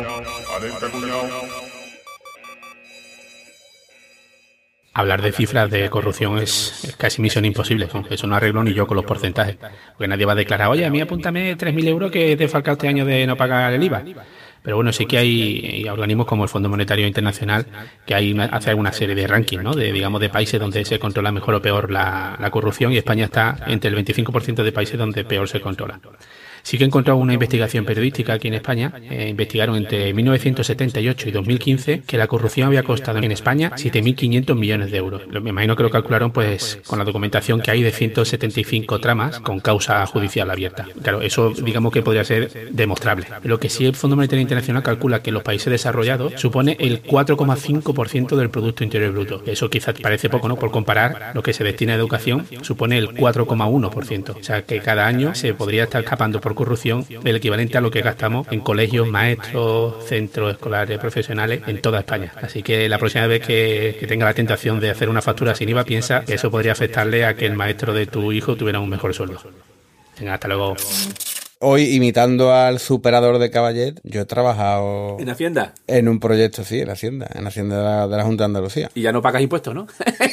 S10: alerta cuñado.
S9: hablar de cifras de corrupción es, es casi misión imposible. Con Eso no arreglo ni yo con los porcentajes. Porque nadie va a declarar, oye, a mí apúntame 3.000 euros que he defalcado este año de no pagar el IVA. Pero bueno, sí que hay organismos como el Fondo Monetario Internacional que hay una, hace una serie de rankings, ¿no? De, digamos, de países donde se controla mejor o peor la, la corrupción y España está entre el 25% de países donde peor se controla. Sí que he encontrado una investigación periodística aquí en España. eh, investigaron entre 1978 y 2015 que la corrupción había costado en España 7.500 millones de euros. Lo- Me imagino que lo calcularon pues con la documentación que hay de 175 tramas con causa judicial abierta. Claro, eso digamos que podría ser demostrable. Lo que sí el Fondo Monetario Internacional calcula que los países desarrollados supone el 4,5% del Producto Interior Bruto. Eso quizás parece poco, ¿no? Por comparar lo que se destina a educación supone el 4,1%. O sea que cada año se podría estar escapando por corrupción el equivalente a lo que gastamos en colegios, maestros, centros escolares, profesionales en toda España. Así que la próxima vez que, que tenga la tentación de hacer una factura sin IVA, piensa que eso podría afectarle a que el maestro de tu hijo tuviera un mejor sueldo. Venga, hasta luego.
S11: Hoy, imitando al superador de Caballet, yo he trabajado
S9: Hacienda.
S11: en un proyecto, sí, en Hacienda, en Hacienda de la, de la Junta de Andalucía.
S9: Y ya no pagas impuestos, ¿no?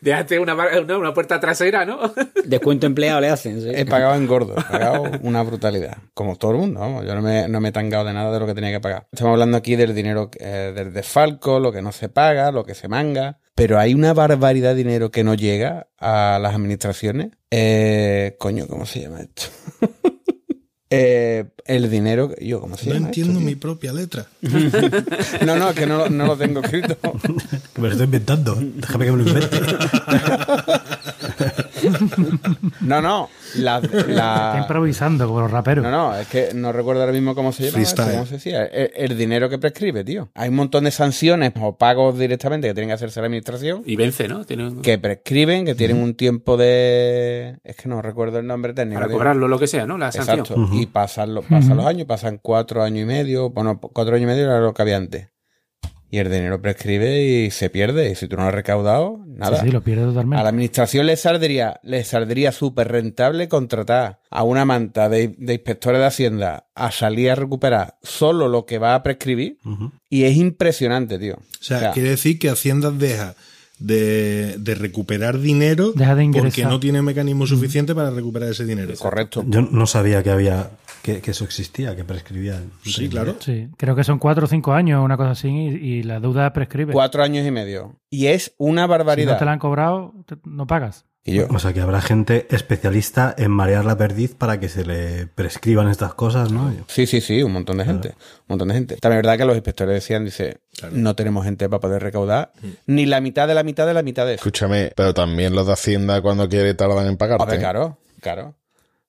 S9: Déjate una, una puerta trasera, ¿no?
S5: Descuento empleado le hacen. sí.
S11: He pagado en gordo, he pagado una brutalidad. Como todo el mundo, vamos, yo no me, no me he tangado de nada de lo que tenía que pagar. Estamos hablando aquí del dinero eh, del desfalco, lo que no se paga, lo que se manga. Pero hay una barbaridad de dinero que no llega a las administraciones. Eh, coño, ¿cómo se llama esto? Eh, el dinero, yo, ¿cómo se
S6: No
S11: llama? esto,
S6: entiendo
S11: tío?
S6: mi propia letra.
S11: No, no, es que no, lo- no lo tengo escrito.
S2: Me lo estoy inventando. Déjame que me lo invente.
S11: No, no. La,
S4: Está
S11: la-
S4: improvisando como los raperos.
S11: Ah. No, no, es que no recuerdo ahora mismo cómo se llama.
S6: Freestyle.
S11: ¿Cómo se decía? El, el dinero que prescribe, tío. Hay un montón de sanciones o pagos directamente que tienen que hacerse la administración
S9: Y vence, ¿no? Tiene un-
S11: que prescriben, que tienen un tiempo de. Es que no recuerdo el nombre técnico.
S9: Para
S11: tío.
S9: cobrarlo, lo que sea, ¿no? La sanción.
S11: Exacto. Y pasan, los, pasan los años, pasan cuatro años y medio. Bueno, cuatro años y medio era lo que había antes. Y el dinero prescribe y se pierde. Y si tú no lo has recaudado, nada.
S4: Sí, sí, lo pierde
S11: A la
S4: totalmente.
S11: administración le saldría, le saldría súper rentable contratar a una manta de, de inspectores de Hacienda a salir a recuperar solo lo que va a prescribir. Y es impresionante, tío.
S6: O sea, quiere decir que Hacienda deja de, de recuperar dinero
S4: Deja de ingresar.
S6: porque no tiene mecanismo suficiente para recuperar ese dinero.
S11: correcto.
S2: Yo no sabía que había que, que eso existía, que prescribía.
S6: Sí, claro.
S4: Sí, creo que son cuatro o cinco años, una cosa así, y, y la deuda prescribe.
S11: Cuatro años y medio. Y es una
S4: si
S11: barbaridad.
S4: no te la han cobrado, te- no pagas.
S11: Y yo,
S2: O sea, que habrá gente especialista en marear la perdiz para que se le prescriban estas cosas, ¿no?
S11: Sí, sí, sí, un montón de gente. Un montón de gente. También es verdad que los inspectores decían, dice, no tenemos gente para poder recaudar
S6: Mm.
S11: ni la mitad de la mitad de la mitad de eso.
S1: Escúchame, pero también los de Hacienda cuando quiere tardan en pagarte.
S11: A ver,
S1: ¿eh?
S11: claro, claro,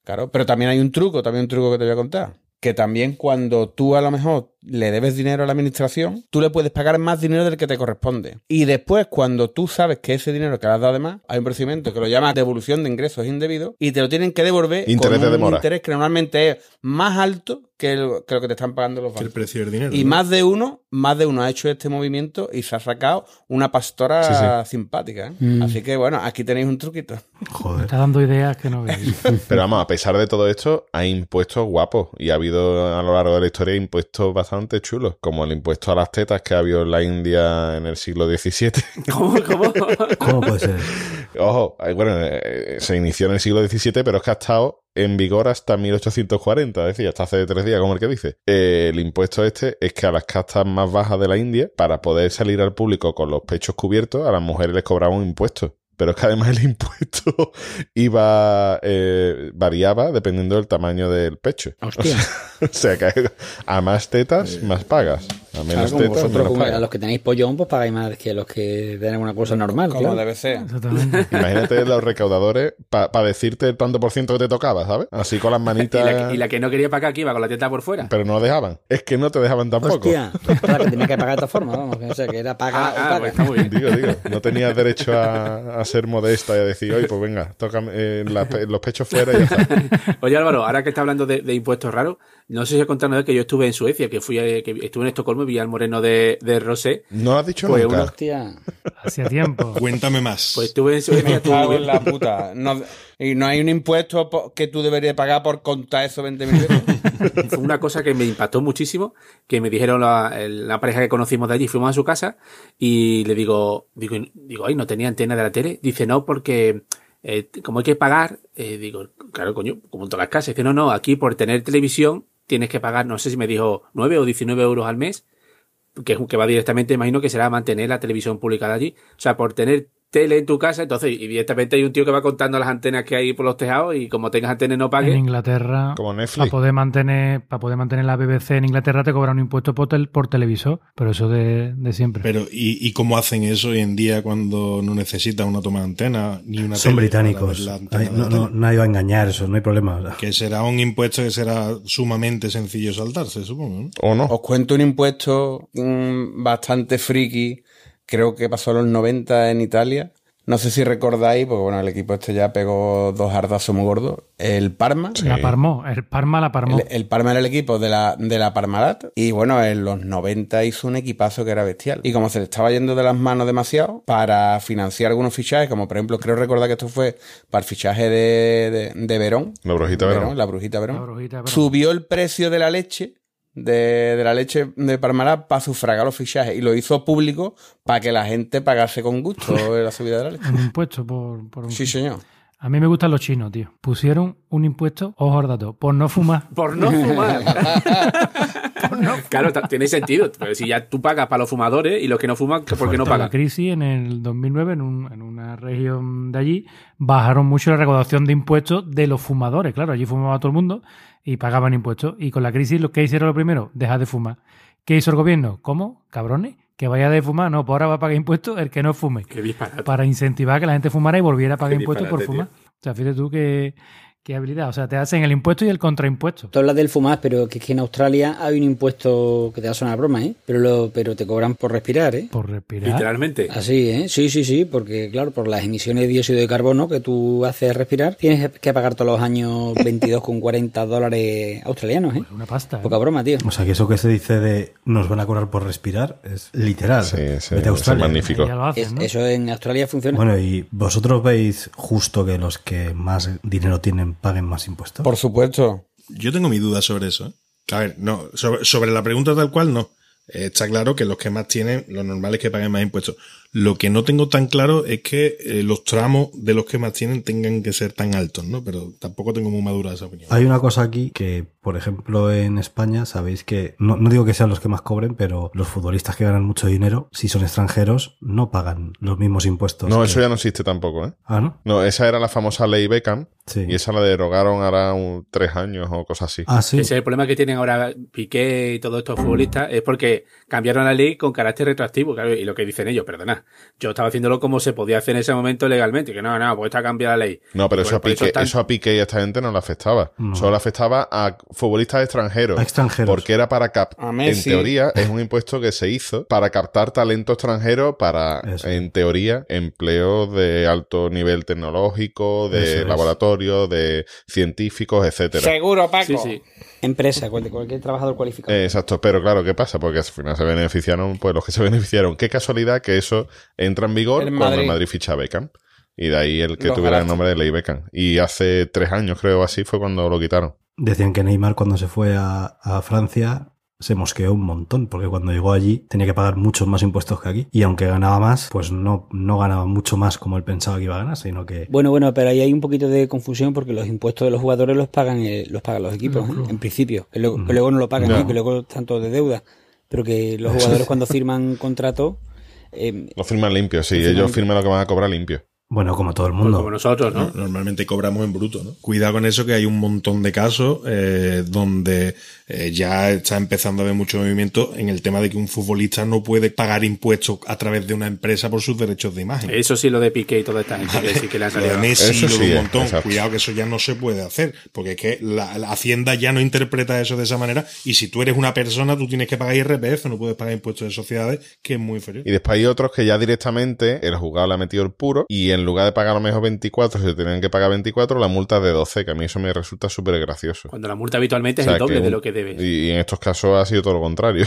S11: claro. Pero también hay un truco, también un truco que te voy a contar. Que también cuando tú a lo mejor le debes dinero a la administración, tú le puedes pagar más dinero del que te corresponde. Y después, cuando tú sabes que ese dinero que le has dado de más, hay un procedimiento que lo llama devolución de ingresos indebidos y te lo tienen que devolver
S1: Interés
S11: con
S1: de
S11: un
S1: demora.
S11: interés que normalmente es más alto que, el- que lo que te están pagando los
S6: Que el
S11: bancos.
S6: precio del dinero.
S11: Y
S6: ¿no?
S11: más de uno, más de uno ha hecho este movimiento y se ha sacado una pastora simpática. ¿eh?
S6: Mm.
S11: Así que bueno, aquí tenéis un truquito.
S4: Me
S2: Joder.
S4: está dando ideas que no veis.
S1: ¿eh? Pero vamos, a pesar de todo esto, hay impuestos guapos y ha habido a lo largo de la historia impuestos bastante chulos, como el impuesto a las tetas que ha habido en la India en el siglo XVII.
S9: ¿Cómo, cómo?
S2: ¿Cómo puede ser?
S1: Ojo, eh, bueno, eh, se inició en el siglo XVII, pero es que ha estado en vigor hasta 1840, es decir, hasta hace tres días, como el que dice. Eh, el impuesto este es que a las castas más bajas de la India, para poder salir al público con los pechos cubiertos, a las mujeres les cobraban un impuesto. Pero es que además el impuesto iba eh, variaba dependiendo del tamaño del pecho.
S5: Hostia.
S1: O sea que a más tetas, más pagas. A menos
S11: Eh, como
S1: tetas,
S11: vosotros
S1: menos
S11: con-
S1: pagas.
S5: A los que tenéis pollón, pues pagáis más que los que tienen una cosa
S6: Ah,
S5: normal.
S11: Como
S5: claro.
S11: debe ser.
S4: Exactamente.
S1: Imagínate los recaudadores para decirte el tanto por ciento que te tocaba, ¿sabes? Así con las
S9: Y
S1: manitas.
S9: la, que- y la que no quería pagar aquí iba con la teta por fuera.
S1: Pero no dejaban. Es que no te dejaban tampoco.
S5: Hostia, claro, que tenía que pagar de esta forma, vamos. que, O sea, que era paga
S9: Ah,
S5: o
S9: ah,
S5: paga.
S9: pues está muy bien.
S1: Digo, digo, no tenías derecho a, a ser modesta y a decir, oye, pues venga, tócame eh, la pe- los pechos fuera y ya está.
S9: Oye Álvaro, ahora que está hablando de, de impuestos raros, no sé si os contaron de que yo estuve en Suecia, que fui a- que estuve en Estocolmo y vi al moreno de, de Rosé.
S1: No has dicho
S9: Pues
S1: nunca.
S9: unos-
S5: Hostia.
S4: Hacía tiempo.
S6: Cuéntame más.
S9: Pues estuve en Suecia,
S11: Me
S9: estuvo muy
S11: cago
S9: bien.
S11: en la puta. No, Y no hay un impuesto po- que tú deberías pagar por contar esos 20.000 euros.
S9: Fue una cosa que me impactó muchísimo, que me dijeron la, el- la pareja que conocimos de allí, fuimos a su casa y le digo, digo, digo, ay, no tenía antena de la tele. Dice, no, porque eh, como hay que pagar, eh, digo, claro, coño, como en todas las casas. Dice, no, no, aquí por tener televisión tienes que pagar, no sé si me dijo 9 o 19 euros al mes, que, es un- que va directamente, imagino que será mantener la televisión pública de allí. O sea, por tener tele en tu casa, entonces, y directamente hay un tío que va contando las antenas que hay por los tejados y como tengas antenas no
S4: En
S9: pagues. Ah,
S4: Inglaterra,
S1: Como
S4: para
S1: Netflix.
S9: pues-
S4: poder, mantener, para poder mantener la BBC en Inglaterra, te cobran un impuesto por, tel- por televisor, pero eso de, de siempre.
S6: Pero, ¿y, y cómo hacen eso hoy en día cuando no necesitas una toma de antena ni una
S2: Son
S6: tele
S2: británicos.
S6: para ver la antena
S2: Ay,
S6: de
S2: no,
S6: la
S2: no,
S6: tele?
S2: nadie va a engañar eso, no hay problema. o sea.
S6: Que será un impuesto que será sumamente sencillo saltarse, supongo. ¿no?
S1: ¿O no?
S9: Oh,
S11: Os cuento un impuesto mm, bastante friki. Creo que pasó en los 90 en Italia. No sé si recordáis, porque bueno, el equipo este ya pegó dos hardazos muy gordos. El Parma.
S4: La parmó, el Parma la parmó.
S11: eh, El, eh, el Parma era el equipo de la, de la Parmalat. Y bueno, en los 90 hizo un equipazo que era bestial. Y como se le estaba yendo de las manos demasiado, para financiar algunos fichajes, como por ejemplo, creo recordar que esto fue para el fichaje de, de, de Verón.
S1: La brujita Verón.
S11: La brujita Verón.
S4: La brujita, pero-
S11: Subió el precio de la leche. De, de la leche de Parmalat para sufragar los fichajes y lo hizo público para que la gente pagase con gusto la subida de la leche.
S4: Un impuesto por, por un-
S11: Sí, señor.
S4: A mí me gustan los chinos, tío. Pusieron un impuesto, ojo al dato, por no fumar.
S9: Por no fumar. Claro, ta- tiene sentido. Pero si ya tú pagas para los fumadores y los que no fuman, ¿por qué no
S4: Tras la
S9: pagan?
S4: crisis en el 2009, en, un- en una región de allí, bajaron mucho la recaudación de impuestos de los fumadores. Claro, allí fumaba todo el mundo y pagaban impuestos. Y con la crisis, lo que hicieron lo primero, dejar de fumar. ¿Qué hizo el gobierno? ¿Cómo? Cabrones, que vaya de fumar. No, pues ahora va a pagar impuestos el que no fume.
S9: Qué disparate.
S4: Para incentivar que la gente fumara y volviera a pagar
S9: Qué
S4: impuestos por fumar.
S9: disparate,
S4: O sea, fíjate tú qué, qué habilidad. O sea, te hacen el impuesto y el contraimpuesto.
S5: Tú hablas del fumar, pero que es que en Australia hay un impuesto que te va a sonar broma, ¿eh? Pero, lo, pero te cobran por respirar, ¿eh?
S4: Por respirar.
S9: Literalmente.
S5: Así, ¿eh? Sí, sí, sí, porque claro, por las emisiones de dióxido de carbono que tú haces respirar, tienes que pagar todos los años 22,40 dólares australianos, ¿eh?
S4: Una pasta. ¿eh?
S5: Poca broma, tío.
S2: O sea, que eso que se dice de nos van a cobrar por respirar es literal.
S1: Sí, sí,
S2: Vete
S1: eso
S2: a
S1: es
S2: Australia.
S1: magnífico.
S4: Ya lo hacen,
S5: Es-
S4: ¿no?
S5: Eso en Australia funciona.
S2: Bueno, ¿y vosotros veis justo que los que más dinero tienen paguen más impuestos?
S11: Por supuesto.
S6: Yo tengo mi duda sobre eso. ¿eh? A ver, no, sobre, sobre la pregunta tal cual, no. Eh, Está claro que los que más tienen, lo normal es que paguen más impuestos. Lo que no tengo tan claro es que eh, los tramos de los que más tienen tengan que ser tan altos, ¿no? Pero tampoco tengo muy madura esa opinión.
S2: Hay una cosa aquí que, por ejemplo, en España sabéis que, no, no digo que sean los que más cobren, pero los futbolistas que ganan mucho dinero, si son extranjeros, no pagan los mismos impuestos.
S1: No,
S2: que-
S1: eso ya no existe tampoco, ¿eh?
S2: Ah, ¿no?
S1: No, esa era la famosa ley Beckham
S2: Sí.
S1: y esa la derogaron ahora un, tres años o cosas así.
S2: Ah, sí.
S9: Ese es el problema que tienen ahora Piqué y todos estos futbolistas, es porque cambiaron la ley con carácter retroactivo, claro, y lo que dicen ellos, perdona, yo estaba haciéndolo como se podía hacer en ese momento legalmente, que no, no, pues está cambiada la ley. Pues,
S1: No, pero eso,
S9: Bueno,
S1: a
S9: por
S1: Piqué,
S9: están-
S1: eso a Piqué y a esta gente no le afectaba.
S2: No.
S1: Solo le afectaba a futbolistas extranjeros.
S2: A extranjeros.
S1: Porque era para
S11: A
S1: captar. En
S11: Messi.
S1: teoría, es un impuesto que se hizo para captar talento extranjero para,
S2: Eso.
S1: en teoría, empleos de alto nivel tecnológico,
S2: Eso
S1: de
S2: es.
S1: laboratorios, de científicos, etcétera.
S11: Seguro, Paco.
S9: Sí, sí.
S5: Empresa, cual- cualquier trabajador cualificado.
S1: Eh, Exacto, pero claro, ¿qué pasa? Porque al final se beneficiaron, pues los que se beneficiaron. Qué casualidad que eso entra en vigor
S11: El
S1: cuando el
S11: Madrid.
S1: Madrid ficha a Beckham. Y de ahí el que
S11: Los
S1: tuviera el
S11: Galacti-
S1: nombre de Ley Beckham. Y hace tres años, creo así, fue cuando lo quitaron.
S2: Decían que Neymar cuando se fue a, a Francia se mosqueó un montón, porque cuando llegó allí tenía que pagar muchos más impuestos que aquí. Y aunque ganaba más, pues no, no ganaba mucho más como él pensaba que iba a ganar, sino que...
S5: Bueno, bueno, pero ahí hay un poquito de confusión porque los impuestos de los jugadores los pagan eh, los pagan los equipos, ¿eh? en principio. Que luego, que luego no lo pagan,
S1: Ya.
S5: ¿eh? que luego tanto de deuda. Pero que los jugadores cuando firman contrato, eh,
S1: Lo firman limpio, sí. Ellos firman lo que van a cobrar limpio.
S2: Bueno, como todo el
S9: Pues
S2: mundo.
S9: como nosotros, ¿no?
S6: No, Normalmente cobramos en bruto, ¿no? Cuidado con eso que hay un montón de casos eh, donde eh, ya está empezando a haber mucho movimiento en el tema de que un futbolista no puede pagar impuestos a través de una empresa por sus derechos de imagen.
S9: Eso sí lo de Piqué y toda esta gente que sí que le han
S6: Lo
S9: salido.
S6: de Messi,
S1: Eso
S6: lo de
S1: sí,
S6: un
S1: eh,
S6: montón.
S1: exacto.
S6: Cuidado que eso ya no se puede hacer, porque es que la, la Hacienda ya no interpreta eso de esa manera y si tú eres una persona tú tienes que pagar IRPF, no puedes pagar impuestos de sociedades, que es muy inferior.
S1: Y después hay otros que ya directamente el juzgado le ha metido el puro y en en lugar de pagar a lo mejor 24, si tenían que pagar 24, la multa es de 12, que a mí eso me resulta súper gracioso.
S9: Cuando la multa habitualmente
S1: O sea,
S9: es el doble
S1: un-
S9: de lo que debes.
S1: Y, y en estos casos ha sido todo lo contrario.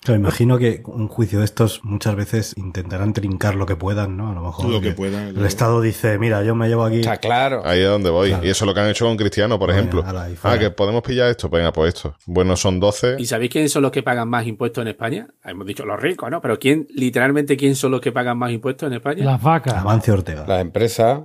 S2: Claro, imagino que un juicio de estos muchas veces intentarán trincar lo que puedan, ¿no? A lo mejor.
S6: Lo que
S2: porque
S6: puedan,
S2: El
S6: claro.
S2: Estado dice, mira, yo me llevo aquí.
S11: Está claro.
S1: Ahí es donde voy. Y eso es lo que han hecho con Cristiano, por
S2: Venga,
S1: ejemplo.
S2: ala, ahí fuera.
S1: Ah, que podemos pillar esto. Venga, pues esto. Bueno, son 12.
S9: ¿Y sabéis quiénes son los que pagan más impuestos en España? Hemos dicho los ricos, ¿no? Pero quién, literalmente, ¿quién son los que pagan más impuestos en España?
S4: Las vacas.
S2: Amancio Ortega.
S11: Las empresas.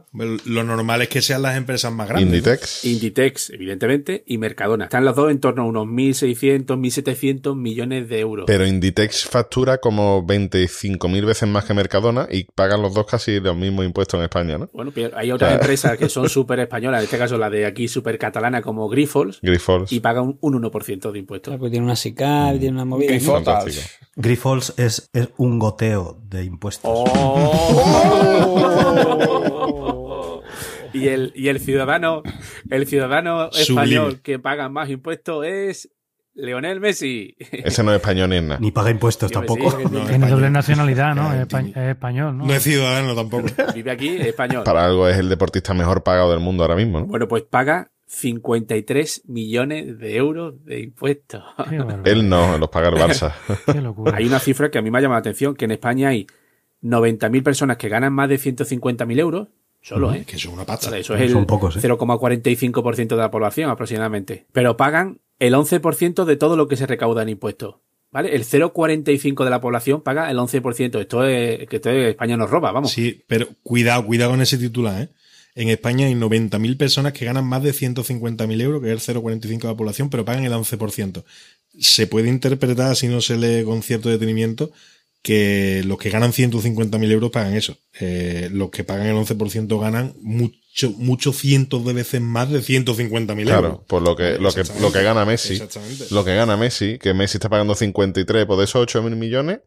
S6: Lo normal es que sean las empresas más grandes.
S1: Inditex.
S9: Inditex, evidentemente, y Mercadona. Están los dos en torno a unos 1.600, 1.700 millones de euros.
S1: Pero Inditex factura como 25.000 veces más que Mercadona y pagan los dos casi los mismos impuestos en España, ¿no?
S9: Bueno, pero hay otras
S1: Claro.
S9: empresas que son súper españolas, en este caso la de aquí súper catalana como Grifols,
S1: Grifols.
S9: y pagan un 1% de impuestos.
S5: Claro, porque tiene pues una SICAP, tiene una movida. ¿no?
S11: Grifotas.
S1: Fantástico.
S2: Grifols es, es un goteo de impuestos.
S9: Oh. Oh. Y el, y el ciudadano, el ciudadano
S6: Sublime.
S9: español que paga más impuestos es Leonel Messi.
S1: Ese no es español ni es nada.
S2: Ni paga impuestos
S9: Yo me
S2: tampoco.
S9: sigo.
S6: No, Eh,
S4: Tiene
S6: español.
S4: doble nacionalidad, ¿no?
S5: Eh,
S6: Claro,
S4: Es, espa-
S6: tiene-
S4: es español, ¿no?
S6: No es ciudadano tampoco.
S9: Vive aquí, es español.
S1: Para algo es el deportista mejor pagado del mundo ahora mismo, ¿no?
S9: Bueno, pues paga 53 millones de euros de impuestos.
S4: Qué barbaridad,
S1: Él no, los paga el Barça.
S4: Qué locura.
S9: Hay una cifra que a mí me ha llamado la atención, que en España hay 90.000 personas que ganan más de 150.000 euros, solo, ¿eh?
S6: Que eso es una pasta.
S9: Vale, Eso es
S2: Son
S9: el
S2: pocos, ¿eh?
S9: 0,45% de la población aproximadamente. Pero pagan el 11% de todo lo que se recauda en impuestos. ¿Vale? El 0,45% de la población paga el 11%. Esto es que esto es- España nos roba, vamos.
S6: Sí, pero cuidado, cuidado con ese titular, ¿eh? En España hay 90.000 personas que ganan más de 150.000 euros, que es el 0,45 de la población, pero pagan el 11%. Se puede interpretar, si no se lee con cierto detenimiento, que los que ganan 150.000 euros pagan eso. Eh, los que pagan el 11% ganan mucho, muchos cientos de veces más de 150.000 euros.
S1: Claro, por lo que, lo que, lo que gana Messi.
S6: Exactamente.
S1: Lo que gana Messi, que Messi está pagando 53, pues de esos 8.000 millones,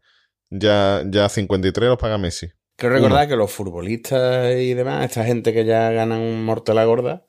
S1: ya, ya 53 los paga Messi.
S11: Quiero recordar que los futbolistas y demás, esta gente que ya ganan un mortela gorda,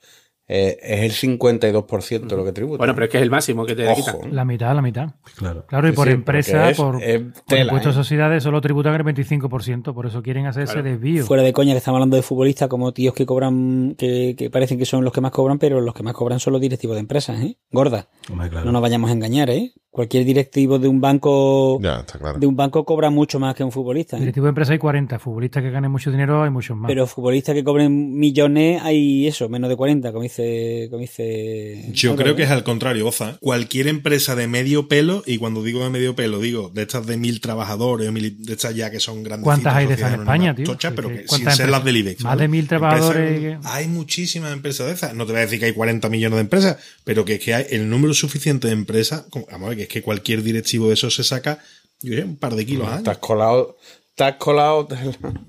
S11: eh, es el 52% lo que tributa.
S9: Bueno, pero es que es el máximo que te quitan.
S11: Ojo. ¿eh?
S4: La mitad, la mitad.
S2: Claro.
S4: Claro, y por
S11: Sí,
S4: empresa,
S11: porque es-
S4: por,
S11: es
S4: por
S11: tela,
S4: impuestos
S11: ¿eh?
S4: de sociedades, solo tributan el 25%. Por eso quieren hacer ese
S9: Claro.
S4: desvío.
S5: Fuera de coña que estamos hablando de futbolistas como tíos que cobran, que, que parecen que son los que más cobran, pero los que más cobran son los directivos de empresas, ¿eh? Gorda.
S2: Hombre, claro.
S5: No nos vayamos a engañar, ¿eh? Cualquier directivo de un banco
S1: Ya, está claro.
S5: de un banco cobra mucho más que un futbolista. ¿eh?
S4: Directivo de empresa hay 40. Futbolistas que ganen mucho dinero hay muchos más.
S5: Pero futbolistas que cobren millones hay eso, menos de 40, como dice. Como dice
S6: Yo
S5: Álvaro,
S6: creo que
S5: ¿eh?
S6: es al contrario, Oza. Cualquier empresa de medio pelo, y cuando digo de medio pelo, digo de estas de mil trabajadores, mil- de estas ya que son grandes.
S4: ¿Cuántas hay de esas en España, tío?
S6: Tochas, pero
S4: Porque
S6: que sin
S4: ¿cuántas
S6: ser las
S4: empresas?
S6: del IBEX.
S4: Más de mil trabajadores
S6: Empresas-
S4: que-
S6: hay muchísimas empresas de esas. No te voy a decir que hay 40 millones de empresas, pero que es que hay el número suficiente de empresas. como- Vamos a ver, que es que cualquier directivo de esos se saca yo diría, un par de kilos al año.
S11: Estás colado. Estás colado.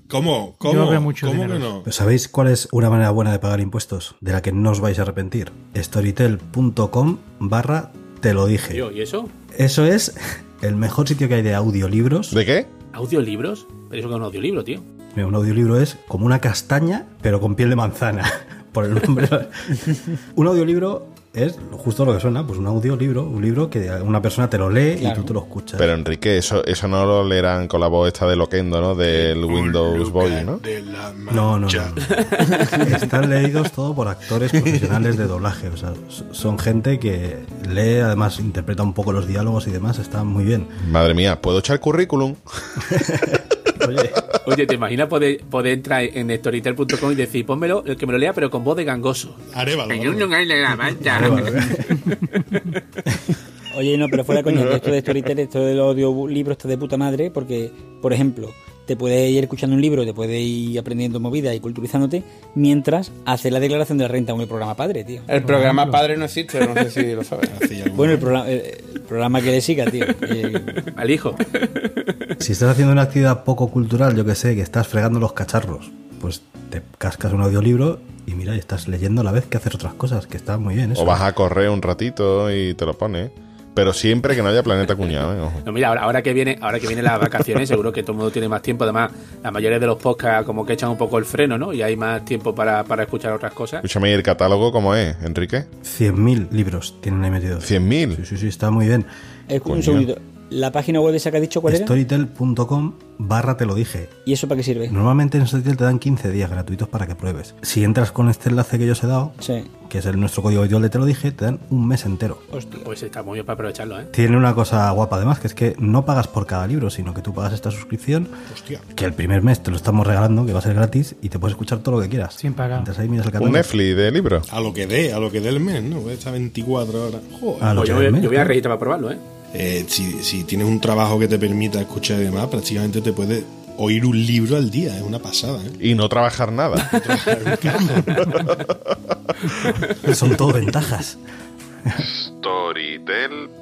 S6: ¿Cómo?
S4: Yo
S6: ¿Cómo?
S4: veo mucho
S6: ¿Cómo
S4: dinero.
S6: que no?
S2: Pero ¿Sabéis cuál es una manera buena de pagar impuestos? De la que no os vais a arrepentir. Storytel.com barra te lo dije.
S9: Tío, ¿Y eso?
S2: Eso es el mejor sitio que hay de audiolibros.
S1: ¿De qué?
S9: ¿Audiolibros? Pero eso que es un audiolibro, tío.
S2: Mira, un audiolibro es como una castaña, pero con piel de manzana, por el nombre. un audiolibro es justo lo que suena, pues un audiolibro, un libro que una persona te lo lee y
S5: Claro.
S2: tú te lo escuchas.
S1: Pero Enrique, eso, eso no lo leerán con la voz esta de Loquendo, ¿no? Del Windows Boy, ¿no?
S6: De la
S2: No, no, no,
S6: mancha.
S2: no. Están leídos todo por actores profesionales de doblaje. O sea, s- son gente que lee, además interpreta un poco los diálogos y demás. Está muy bien.
S1: Madre mía, ¿puedo echar currículum?
S2: Oye,
S9: Oye, ¿te imaginas poder, poder entrar en storytel.com y decir, pónmelo, el que me lo lea, pero con voz de gangoso?
S6: Arevalo, Arevalo.
S5: Oye, no, pero fuera de coña, que esto de Storytel, esto del audiolibro está de puta madre, porque, por ejemplo, te puedes ir escuchando un libro, te puedes ir aprendiendo movidas y culturizándote, mientras haces la declaración de la renta en el programa padre, tío.
S11: El programa padre no existe, no sé si lo sabes.
S6: Hace ya algún-
S5: Bueno, el, programa- eh, el programa que le siga, tío. Eh,
S9: Al hijo.
S2: si estás haciendo una actividad poco cultural, yo que sé, que estás fregando los cacharros, pues te cascas un audiolibro y mira, y estás leyendo a la vez que haces otras cosas, que está muy bien eso.
S1: O vas a correr un ratito y te lo pones. Pero siempre que no haya planeta cuñado, ¿eh? Ojo.
S9: No, mira, ahora, ahora que viene, ahora que vienen las vacaciones, seguro que todo el mundo tiene más tiempo. Además, la mayoría de los podcasts como que echan un poco el freno, ¿no? Y hay más tiempo para, para escuchar otras cosas.
S1: Escúchame, ¿y el catálogo cómo es, Enrique?
S2: 100.000 libros tienen ahí metidos.
S1: ¿100.000?
S2: Sí, sí, sí, está muy bien.
S5: Es un
S1: Coño.
S5: segundito. La página web esa que has dicho, ¿cuál era?
S2: Storytel.com barra te lo dije.
S5: ¿Y eso para qué sirve?
S2: Normalmente en Storytel te dan 15 días gratuitos para que pruebes. Si entras con este enlace que yo os he dado,
S5: Sí.
S2: que es el nuestro código habitual de te lo dije, te dan un mes entero.
S5: Hostia.
S9: Pues está muy bien para aprovecharlo, ¿eh?
S2: Tiene una cosa guapa además, que es que no pagas por cada libro, sino que tú pagas esta suscripción,
S6: Hostia.
S2: que el primer mes te lo estamos regalando, que va a ser gratis, y te puedes escuchar todo lo que quieras.
S4: Sin pagar.
S2: Entras ahí, miras el
S1: Un
S2: catálogo.
S1: Netflix de libro.
S6: A lo que dé, a lo que dé el mes, ¿no? Está 24 horas. Joder.
S2: A lo
S9: Pues
S2: que
S9: yo,
S2: del
S9: voy-
S2: mes,
S9: yo voy a
S2: claro.
S9: registrar para probarlo, ¿eh?
S6: Eh, si, si tienes un trabajo que te permita escuchar y demás, prácticamente te puedes oír un libro al día. Es una pasada, ¿eh?
S1: Y no trabajar nada.
S2: Son todo ventajas.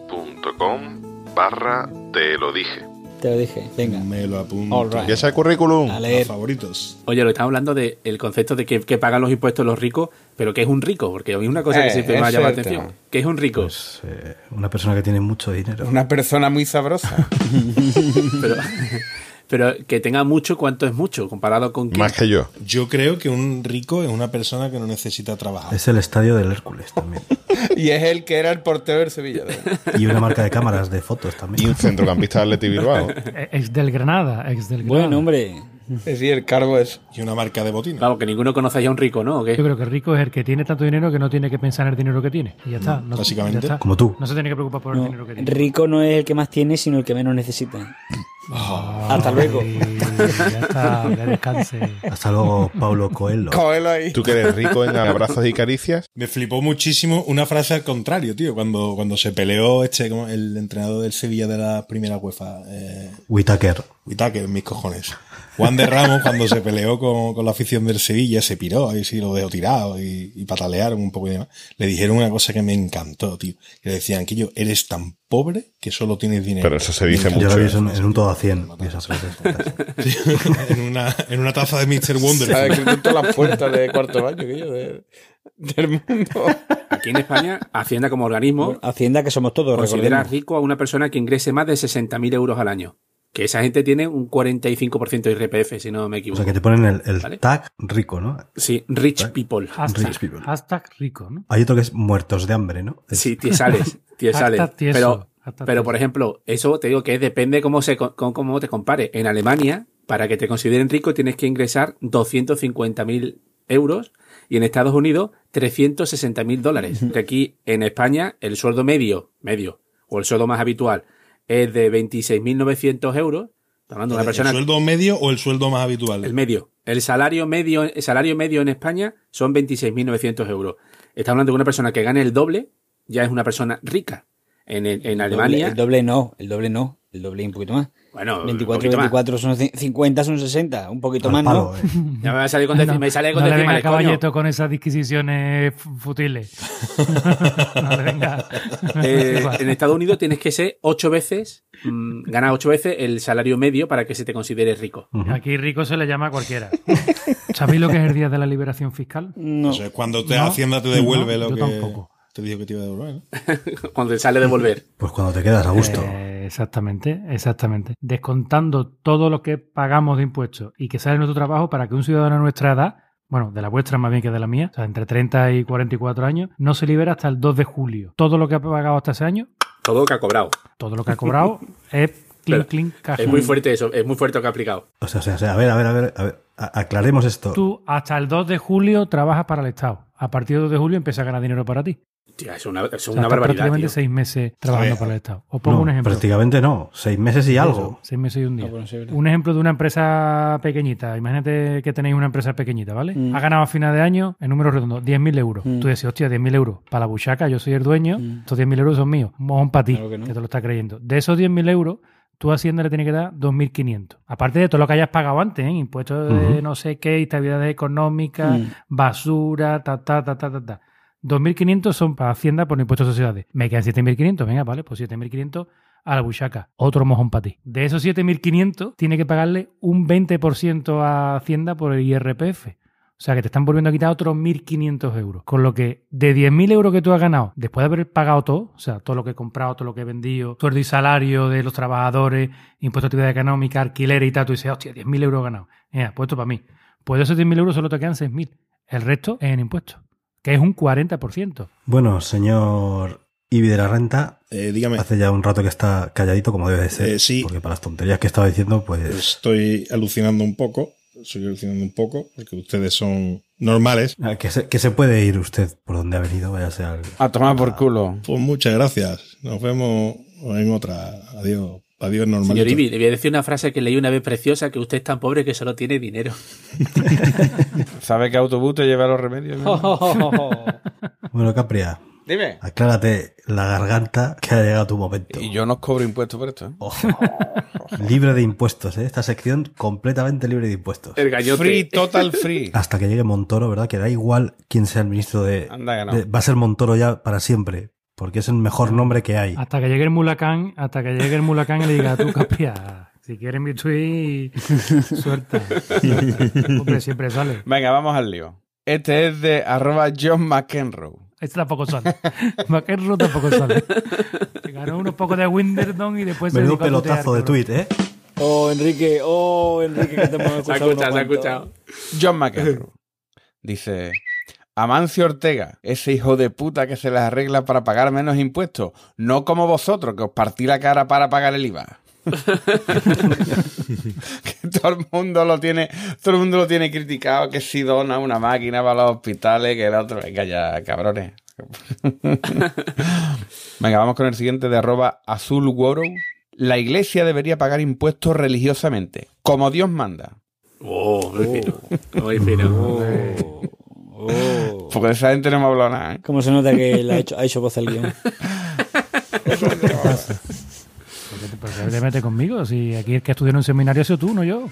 S1: Storytel.com barra te lo dije.
S5: Te lo dije. Venga.
S6: Me lo apunto.
S5: All right.
S1: Y ese currículum.
S5: A
S6: Los
S5: leer.
S6: favoritos.
S9: Oye, lo estamos hablando del concepto de que, que pagan los impuestos los ricos, pero que es un rico, porque a mí es una cosa
S11: Eh,
S9: que siempre me ha
S11: ese
S9: llamado la
S11: es el
S9: atención.
S11: tema.
S9: que es un rico?
S2: Pues eh, una persona que tiene mucho dinero.
S11: Una persona muy sabrosa.
S9: pero, pero que tenga mucho, ¿cuánto es mucho? Comparado con que...
S1: Más que yo.
S6: Yo creo que un rico es una persona que no necesita trabajar.
S2: Es el estadio del Hércules también.
S11: y es el que era el portero del Sevilla.
S2: Y una marca de cámaras de fotos
S1: Y
S2: también.
S1: un centrocampista de Atleti Bilbao.
S4: Eh, Ex del Granada, ex del Granada.
S5: Bueno, hombre.
S11: Es decir, el cargo es.
S6: Y una marca de botina.
S9: Vamos, que ninguno conoce ya a un rico, ¿no? ¿O qué?
S4: Yo creo que rico es el que tiene tanto dinero que no tiene que pensar en el dinero que tiene. Y ya está. No,
S6: básicamente.
S4: ya está.
S2: Como tú.
S4: No se tiene que preocupar por el
S5: No,
S4: dinero que tiene.
S5: rico no es el que más tiene, sino el que menos necesita. Hasta luego.
S4: Ay, ya está, que descanse.
S2: Hasta luego, Pablo Coelho.
S11: Cógelo ahí.
S1: Tú que eres rico en abrazos y caricias.
S6: Me flipó muchísimo una frase al contrario, tío. Cuando, cuando se peleó este, como el entrenador del Sevilla de la primera UEFA, eh,
S2: Whitaker.
S6: Whittaker, mis cojones. Juan de Ramos, cuando se peleó con, con la afición del Sevilla, se piró, y sí, lo dejó tirado y, y patalearon un poco y demás. Le dijeron una cosa que me encantó, tío. Que le decían que yo eres tan pobre que solo tienes dinero.
S1: Pero eso se
S6: Me
S1: dice
S6: encantó.
S2: Yo
S1: mucho.
S2: la vi en, en un todo a 100. vi esas frases juntas.
S6: en, una, en una taza de Mr.
S11: Ha
S6: Wonderful.
S11: escrito en todas las puertas de cuarto baño, que yo, de- del mundo.
S9: Aquí en España, Hacienda como organismo
S5: Hacienda que somos todos,
S9: considera
S5: recordemos.
S9: rico a una persona que ingrese más de 60.000 euros al año. Que esa gente tiene un 45% de IRPF, si no me
S2: O
S9: equivoco.
S2: sea, que te ponen el, el
S9: Vale.
S2: tag rico, ¿no?
S9: Sí, rich people.
S4: Ah,
S2: Rich people.
S4: Hashtag, hashtag rico, ¿no?
S2: Hay otro que es muertos de hambre, ¿no? Es-
S9: Sí, te sales, te
S4: Hashtag
S9: sales.
S4: tieso,
S9: Pero,
S4: hashtag
S9: pero
S4: tieso.
S9: por ejemplo, eso te digo que depende cómo se con- con- cómo te compare. En Alemania, para que te consideren rico, tienes que ingresar 250.000 euros y en Estados Unidos 360.000 dólares. Que aquí en España el sueldo medio, medio o el sueldo más habitual es de 26.900 euros. Estamos hablando de una persona
S6: ¿El sueldo medio o el sueldo más habitual?
S9: el medio. El salario medio, el salario medio en España son 26.900 euros. Está hablando de una persona que gane el doble, ya es una persona rica. En, en Alemania,
S5: El doble, el doble no, el doble no, el doble un poquito más.
S9: bueno, un
S5: 24,
S9: poquito más.
S5: 24 son cin- 50, son 60, un poquito
S2: al
S5: más,
S2: palo,
S5: ¿no?
S2: eh.
S9: Ya me sale con, deci-
S4: Ah, No,
S9: me sale con
S4: no le venga
S9: decimales, coño.
S4: caballeto con esas disquisiciones f- futiles. no le venga.
S9: Eh, en Estados Unidos tienes que ser ocho veces, mm, ganar ocho veces el salario medio para que se te considere rico.
S4: Aquí rico se le llama a cualquiera. ¿Sabéis lo que es el día de la liberación fiscal?
S5: No.
S6: O sea, cuando te
S4: No,
S6: Hacienda te devuelve
S4: no,
S6: lo
S4: yo
S6: que
S4: tampoco.
S6: te dijo que te iba a devolver. ¿no?
S9: Cuando te sale de volver.
S2: Pues cuando te quedas a gusto.
S4: Eh, exactamente, exactamente. Descontando todo lo que pagamos de impuestos y que sale de nuestro trabajo para que un ciudadano de nuestra edad, bueno, de la vuestra más bien que de la mía, o sea, entre 30 y 44 años, no se libera hasta el 2 de julio. Todo lo que ha pagado hasta ese año,
S9: Todo lo que ha cobrado.
S4: todo lo que ha cobrado es clean,
S9: Pero
S4: clean, caja.
S9: Es muy fuerte eso, es muy fuerte lo que ha aplicado.
S2: O sea, o sea, o sea, a ver, a ver, a ver, a ver, a- aclaremos esto.
S4: Tú hasta el 2 de julio trabajas para el Estado. A partir del 2 de julio empiezas a ganar dinero para ti.
S9: Tía, es una, es
S4: O sea,
S9: una
S4: estás
S9: barbaridad.
S4: prácticamente
S9: tío.
S4: seis meses trabajando
S6: ver,
S4: para el Estado. Os pongo
S2: No,
S4: un ejemplo.
S2: prácticamente no. Seis meses y algo.
S4: Eso, seis meses y un día.
S5: Ah, bueno, sí, verdad.
S4: un ejemplo de una empresa pequeñita. Imagínate que tenéis una empresa pequeñita, ¿vale?
S5: Mm.
S4: Ha ganado a final de año, en números redondos, 10.000 euros.
S5: Mm.
S4: Tú decís, hostia, 10.000 euros. Para la buchaca, yo soy el dueño,
S5: Mm.
S4: estos 10.000 euros son míos. Mojón para ti,
S5: Claro que
S4: que,
S5: no.
S4: te lo estás creyendo. De esos 10.000 euros, tú a Hacienda le tienes que dar 2.500. Aparte de todo lo que hayas pagado antes, ¿eh? impuestos de
S2: Ujú.
S4: no sé qué, estabilidad económica,
S5: Mm.
S4: basura, ta, ta, ta, ta, ta, ta. 2.500 son para Hacienda por impuestos de sociedades. Me quedan 7.500, venga, vale, pues 7.500 a la buchaca. Otro mojón para ti. De esos 7.500, tiene que pagarle un 20% a Hacienda por el IRPF. O sea, que te están volviendo a quitar otros 1.500 euros. Con lo que de 10.000 euros que tú has ganado, después de haber pagado todo, o sea, todo lo que he comprado, todo lo que he vendido, sueldo y salario de los trabajadores, impuesto de actividad económica, alquiler y tal, tú dices, hostia, 10.000 euros he ganado. Mira, puesto para mí. Pues de esos 10.000 euros solo te quedan 6.000. El resto es en impuestos, que es un 40%.
S2: Bueno, señor Y de la Renta
S6: Eh,
S11: Pues-
S6: dígame,
S2: hace ya un rato que está calladito como debe de ser.
S6: Eh, sí.
S2: Porque para las tonterías que estaba diciendo, pues...
S6: estoy alucinando un poco, estoy alucinando un poco, porque ustedes son normales.
S2: ah, Que se, que se puede ir usted por donde ha venido, vaya sea... al-
S11: A tomar por culo.
S6: Pues muchas gracias. Nos vemos en otra. Adiós. Adiós, normalito.
S9: Señor Ibi, le voy a decir una frase que leí una vez preciosa, que usted es tan pobre que solo tiene dinero.
S11: ¿Sabe que autobús te lleva los remedios?
S4: Oh,
S11: mi hermano?
S2: Bueno, Capria,
S11: Dime.
S2: aclárate la garganta que ha llegado tu momento.
S11: Y yo no os cobro impuestos por esto. ¿eh?
S2: Ojo. libre de impuestos, ¿eh? Esta sección completamente libre de impuestos.
S11: Eh. Ah,
S9: El gallote.
S11: Free, total free.
S2: Hasta que llegue Montoro, ¿verdad? Que da igual quién sea el ministro de...
S11: Anda que no.
S2: de- va a ser Montoro ya para siempre, porque es el mejor nombre que hay.
S4: Hasta que llegue el Mulacán, hasta que llegue el Mulacán y le diga, tú capia, si quieres mi tweet, suelta. Hombre, siempre sale.
S11: Venga, vamos al lío. Este es de arroba John McEnroe.
S4: Este tampoco sale. McEnroe tampoco sale. Se ganó unos pocos de Winderdon y después
S2: Menudo
S4: se dedicó Pues a tutear,
S2: pelotazo de
S4: cabrón.
S2: tuit, ¿eh?
S5: Oh, Enrique, oh, Enrique, que te hemos
S9: Se ha
S5: escuchado.
S9: escuchado, se ha
S5: unos
S9: escuchado.
S11: John McEnroe. Dice, Amancio Ortega, ese hijo de puta que se las arregla para pagar menos impuestos, no como vosotros, que os partí la cara para pagar el IVA. que todo el mundo lo tiene, todo el mundo lo tiene criticado, que si dona una máquina para los hospitales, que el otro, venga ya, cabrones. venga, vamos con el siguiente de arroba azul Guoro. La iglesia debería pagar impuestos religiosamente, como Dios manda.
S9: Oh, muy fino. Muy fino.
S5: cuantos. Oh, oh.
S11: Porque de esa gente no hemos hablado nada, ¿eh?
S5: ¿Cómo se nota que le ha hecho, ha hecho voz el guión?
S4: ¿Por qué te- por qué te metes conmigo? Si aquí el que estudió en un seminario ha sido tú, no yo.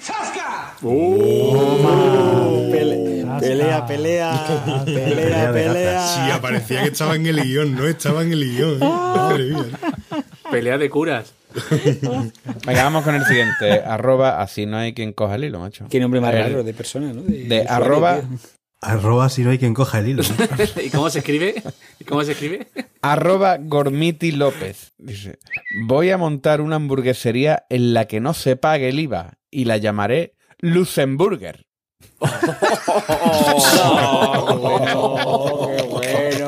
S5: Pele- pelea, pelea, pelea, pelea.
S6: Sí, aparecía que estaba en el guión, no estaba en el guión. ¿eh? Madre mía.
S9: Pelea de curas.
S11: Venga, vamos con el siguiente. arroba, así no hay quien coja el hilo, macho.
S5: Qué nombre más
S11: El-
S5: raro de persona, ¿no?
S11: De arroba,
S5: tío.
S2: Arroba si no hay quien coja el hilo. ¿eh?
S9: ¿Y cómo se escribe? ¿Y cómo se escribe?
S11: arroba Gormiti López. Dice, voy a montar una hamburguesería en la que no se pague el IVA y la llamaré Luxemburger.
S5: Oh, qué bueno.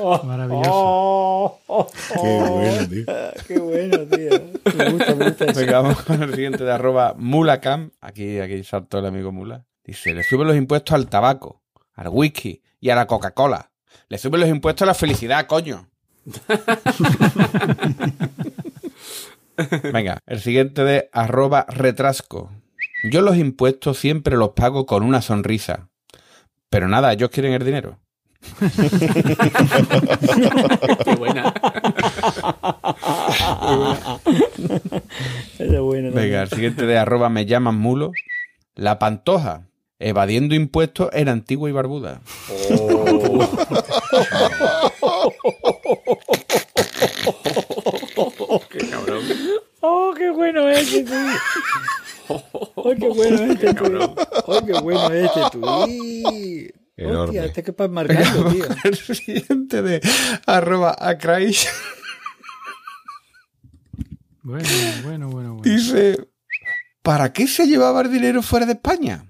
S5: Oh,
S4: Maravilloso.
S6: Qué bueno, tío.
S5: Qué bueno, tío. Me gusta, me gusta.
S11: Venga, vamos con el siguiente de arroba Mulacam. Aquí, aquí saltó el amigo Mula. Dice, le suben los impuestos al tabaco, al whisky y a la Coca-Cola. Le suben los impuestos a la felicidad, coño. Venga, el siguiente de arroba retrasco. Yo los impuestos siempre los pago con una sonrisa. Pero nada, ellos quieren el dinero.
S9: Qué buena.
S5: Era bueno. ¿no?
S11: Venga, el siguiente de arroba me llaman mulo. La pantoja, evadiendo impuestos en Antigua y Barbuda.
S9: Oh. Qué cabrón.
S5: Oh, qué bueno este tú. Oh, qué bueno este tú.
S9: cabrón.
S5: Oh, qué bueno este tú. Y-
S1: Enorme.
S5: Hostia, este que para marcarlo, tío.
S11: el siguiente de arroba acraish
S4: Bueno, bueno, bueno, bueno.
S11: dice ¿Para qué se llevaba el dinero fuera de España?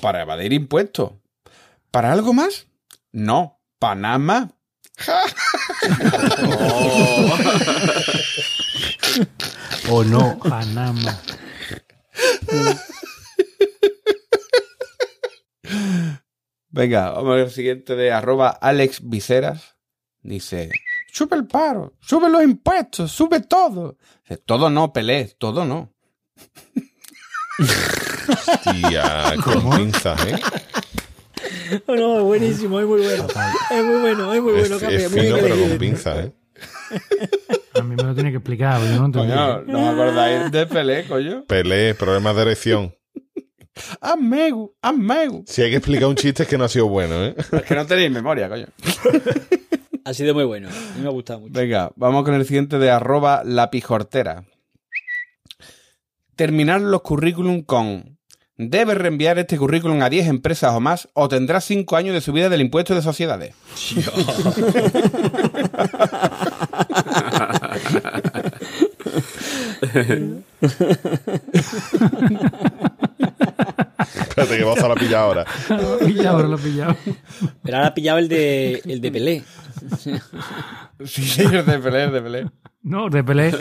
S11: Para evadir impuestos. ¿Para algo más? No, para nada más.
S2: O no.
S4: Panamá.
S11: Venga, vamos al siguiente de arroba Alex Viceras. Dice, sube el paro, sube los impuestos, sube todo. Dice, todo no, Pelé, todo no.
S1: Tía, con pinzas, ¿eh?
S5: Oh, no, es buenísimo, es muy bueno. Es muy bueno, es muy bueno.
S1: Es,
S5: cambia,
S1: es
S5: muy bien
S1: fino, pero con
S5: elegido.
S1: pinzas, ¿eh?
S4: A mí me lo tiene que explicar, porque yo no entendí.
S11: Coño, ¿no me acordáis de Pelé, coño?
S1: Pelé, problemas de erección.
S11: Amegu, amegu.
S1: Si hay que explicar un chiste es que no ha sido bueno, ¿eh?
S11: Es que no tenéis memoria, coño.
S5: Ha sido muy bueno. A mí me ha gustado mucho.
S11: Venga, vamos con el siguiente de arroba la pijortera. Terminar los currículum con debes reenviar este currículum a 10 empresas o más o tendrás 5 años de subida del impuesto de sociedades.
S1: Espérate que vas a la pilla ahora.
S4: Lo he pillado, lo he pillado.
S5: Pero ahora ha pillado el de, el de Pelé.
S11: Sí, sí, el de Pelé, el de Pelé.
S4: No, el de Pelé,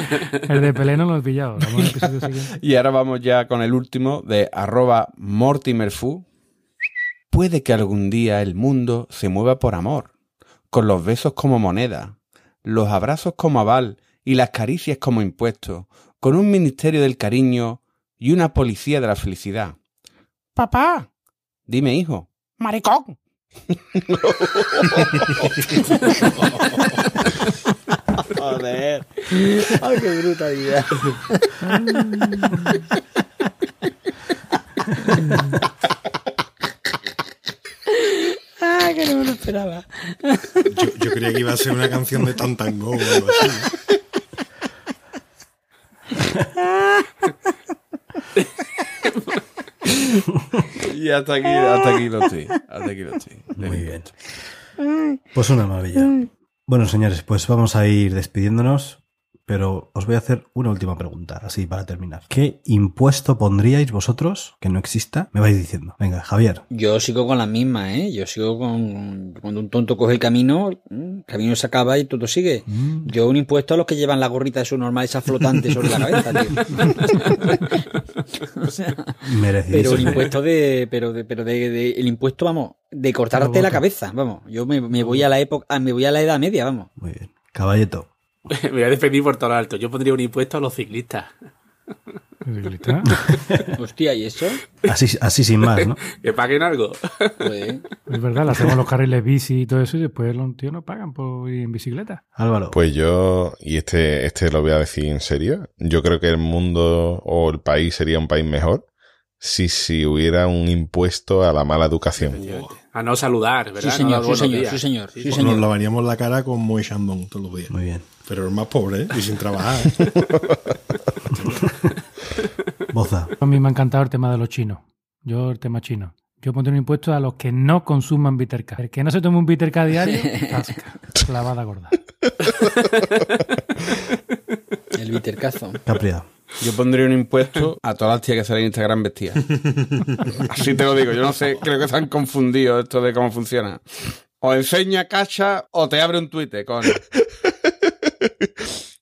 S4: el de Pelé no lo he pillado. Vamos al episodio siguiente.
S11: Y ahora vamos ya con el último de arroba mortimerfu. Puede que algún día el mundo se mueva por amor, con los besos como moneda, los abrazos como aval y las caricias como impuesto, con un ministerio del cariño y una policía de la felicidad. Papá, dime hijo, maricón.
S5: Joder. Ay, qué brutalidad. Ah, que no me lo esperaba.
S6: Yo, yo creía que iba a ser una canción de Tantango o algo así.
S11: Y hasta aquí, hasta aquí lo estoy. Hasta aquí lo estoy.
S2: Muy bien. Pues una maravilla. Bueno, señores, pues vamos a ir despidiéndonos, pero os voy a hacer una última pregunta, así para terminar. ¿Qué impuesto pondríais vosotros que no exista? Me vais diciendo. Venga, Javier.
S5: Yo sigo con la misma, ¿eh? Yo sigo con. Cuando un tonto coge el camino, el camino se acaba y todo sigue. Yo un impuesto a los que llevan la gorrita de su normal, esa flotante sobre la cabeza, tío. O sea, pero
S2: Merecidísimo.
S5: el impuesto de. Pero de, pero de, de- el impuesto, vamos, de cortarte la cabeza, vamos. Yo me, me voy a la época, ah, me voy a la edad media, vamos.
S2: Muy bien. Caballeto.
S9: Me voy a defender por todo lo alto. Yo pondría un impuesto a los ciclistas.
S4: Bicicleta.
S5: Hostia, ¿y eso?
S2: Así, así sin más, ¿no?
S9: Que paguen algo.
S5: Pues,
S4: Es verdad, le hacemos los carriles bici y todo eso y después los tíos no pagan por ir en bicicleta.
S2: Álvaro.
S1: Pues yo, y este, este lo voy a decir en serio, yo creo que el mundo o el país sería un país mejor si, si hubiera un impuesto a la mala educación.
S9: A no saludar, ¿verdad?
S5: sí,
S9: No
S5: señor,
S9: dar
S5: sí,
S9: buenos
S5: señor,
S9: días.
S5: sí, señor, sí,
S6: Pues
S5: señor.
S6: Nos lavaríamos la cara con Moe Chandon todos los días.
S2: Muy bien.
S6: Pero es más pobre, ¿eh? Y sin trabajar. ¿eh?
S2: Boza.
S4: A mí me ha encantado el tema de los chinos. Yo, el tema chino. Yo pondré un impuesto a los que no consuman Bitterca. El que no se tome un Bitterca diario, tasca, clavada gorda.
S5: El bitercazo.
S2: Capria.
S11: Yo pondría un impuesto a todas las tías que salen en Instagram vestidas. Así te lo digo. Yo no sé, creo que se han confundido esto de cómo funciona. O enseña cacha o te abre un Twitter, coño.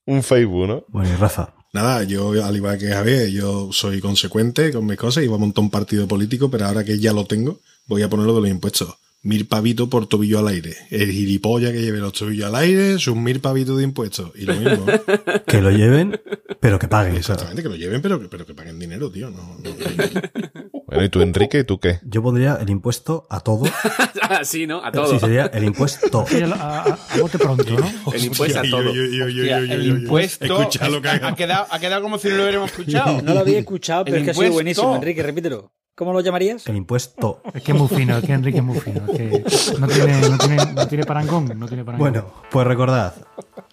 S1: Un Facebook, ¿no?
S2: Bueno, y Rafa.
S6: Nada, yo, al igual que Javier, yo soy consecuente con mis cosas. Iba a montar un partido político, pero ahora que ya lo tengo, voy a ponerlo de los impuestos. Mil pavitos por tobillo al aire. El gilipollas que lleve los tobillos al aire, sus mil pavitos de impuestos. Y lo mismo.
S2: Que lo lleven, pero que paguen. claro.
S6: Exactamente, que lo lleven, pero, que- pero que paguen dinero, tío. No, no-
S1: Bueno, ¿y tú, Enrique, tú qué?
S2: Yo pondría el impuesto a todo.
S9: Ah, sí, ¿no? A
S2: Sí,
S9: todos.
S2: sería el impuesto.
S4: Oye, lo- A, a- a bote pronto, ¿no?
S9: El impuesto a
S6: Yo-
S9: todo.
S6: yo- yo- yo- yo-
S11: Tía,
S6: yo-
S11: el
S6: yo- yo-
S11: impuesto
S6: Escucha lo que
S11: ha, ha
S6: haga.
S11: quedado, ha quedado como si no lo hubiéramos escuchado.
S5: No lo había escuchado, pero
S11: El
S5: es que ha sido
S11: impuesto.
S5: buenísimo, Enrique, repítelo. ¿Cómo lo llamarías?
S2: El impuesto.
S4: Es que es muy fino, es que Enrique es muy fino. es que no tiene, no tiene, no tiene parangón, no tiene parangón.
S2: Bueno, pues recordad,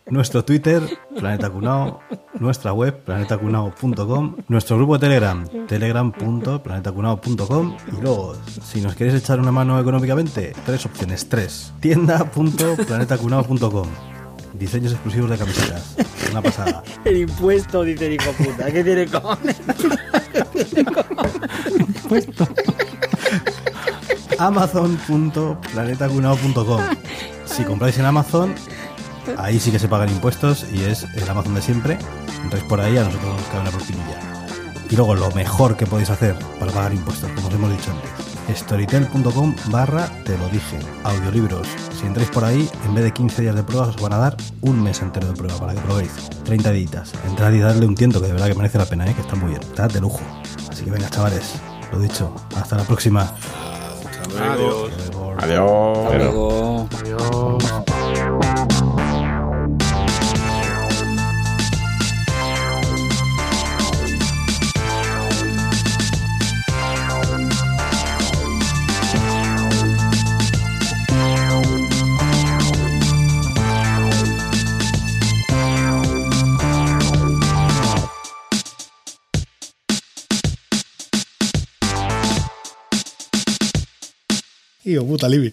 S2: nuestro Twitter, Planeta Cunao, nuestra web, planetacunao.com, nuestro grupo de Telegram, telegram.planetacunao.com y luego, si nos queréis echar una mano económicamente, tres opciones, tres. Tienda.planetacunao.com Diseños exclusivos de camisetas. Una pasada.
S5: El impuesto, dice el hijo puta. ¿Qué tiene con
S2: Amazon.planetacunao.com Si compráis en Amazon, ahí sí que se pagan impuestos y es el Amazon de siempre. Entráis por ahí, a nosotros nos cae una propinilla. Y luego lo mejor que podéis hacer para pagar impuestos, como os hemos dicho antes, storytel.com barra te lo dije, audiolibros. Si entráis por ahí, en vez de 15 días de prueba, os van a dar un mes entero de prueba para que probéis. 30 días. Entrad y darle un tiento, que de verdad que merece la pena, ¿eh? que está muy bien. Está de lujo. Así que venga, chavales, lo dicho. Hasta la próxima.
S9: Adiós.
S11: Adiós.
S5: Luego...
S4: Adiós.
S6: Hijo oh, puta, Libby.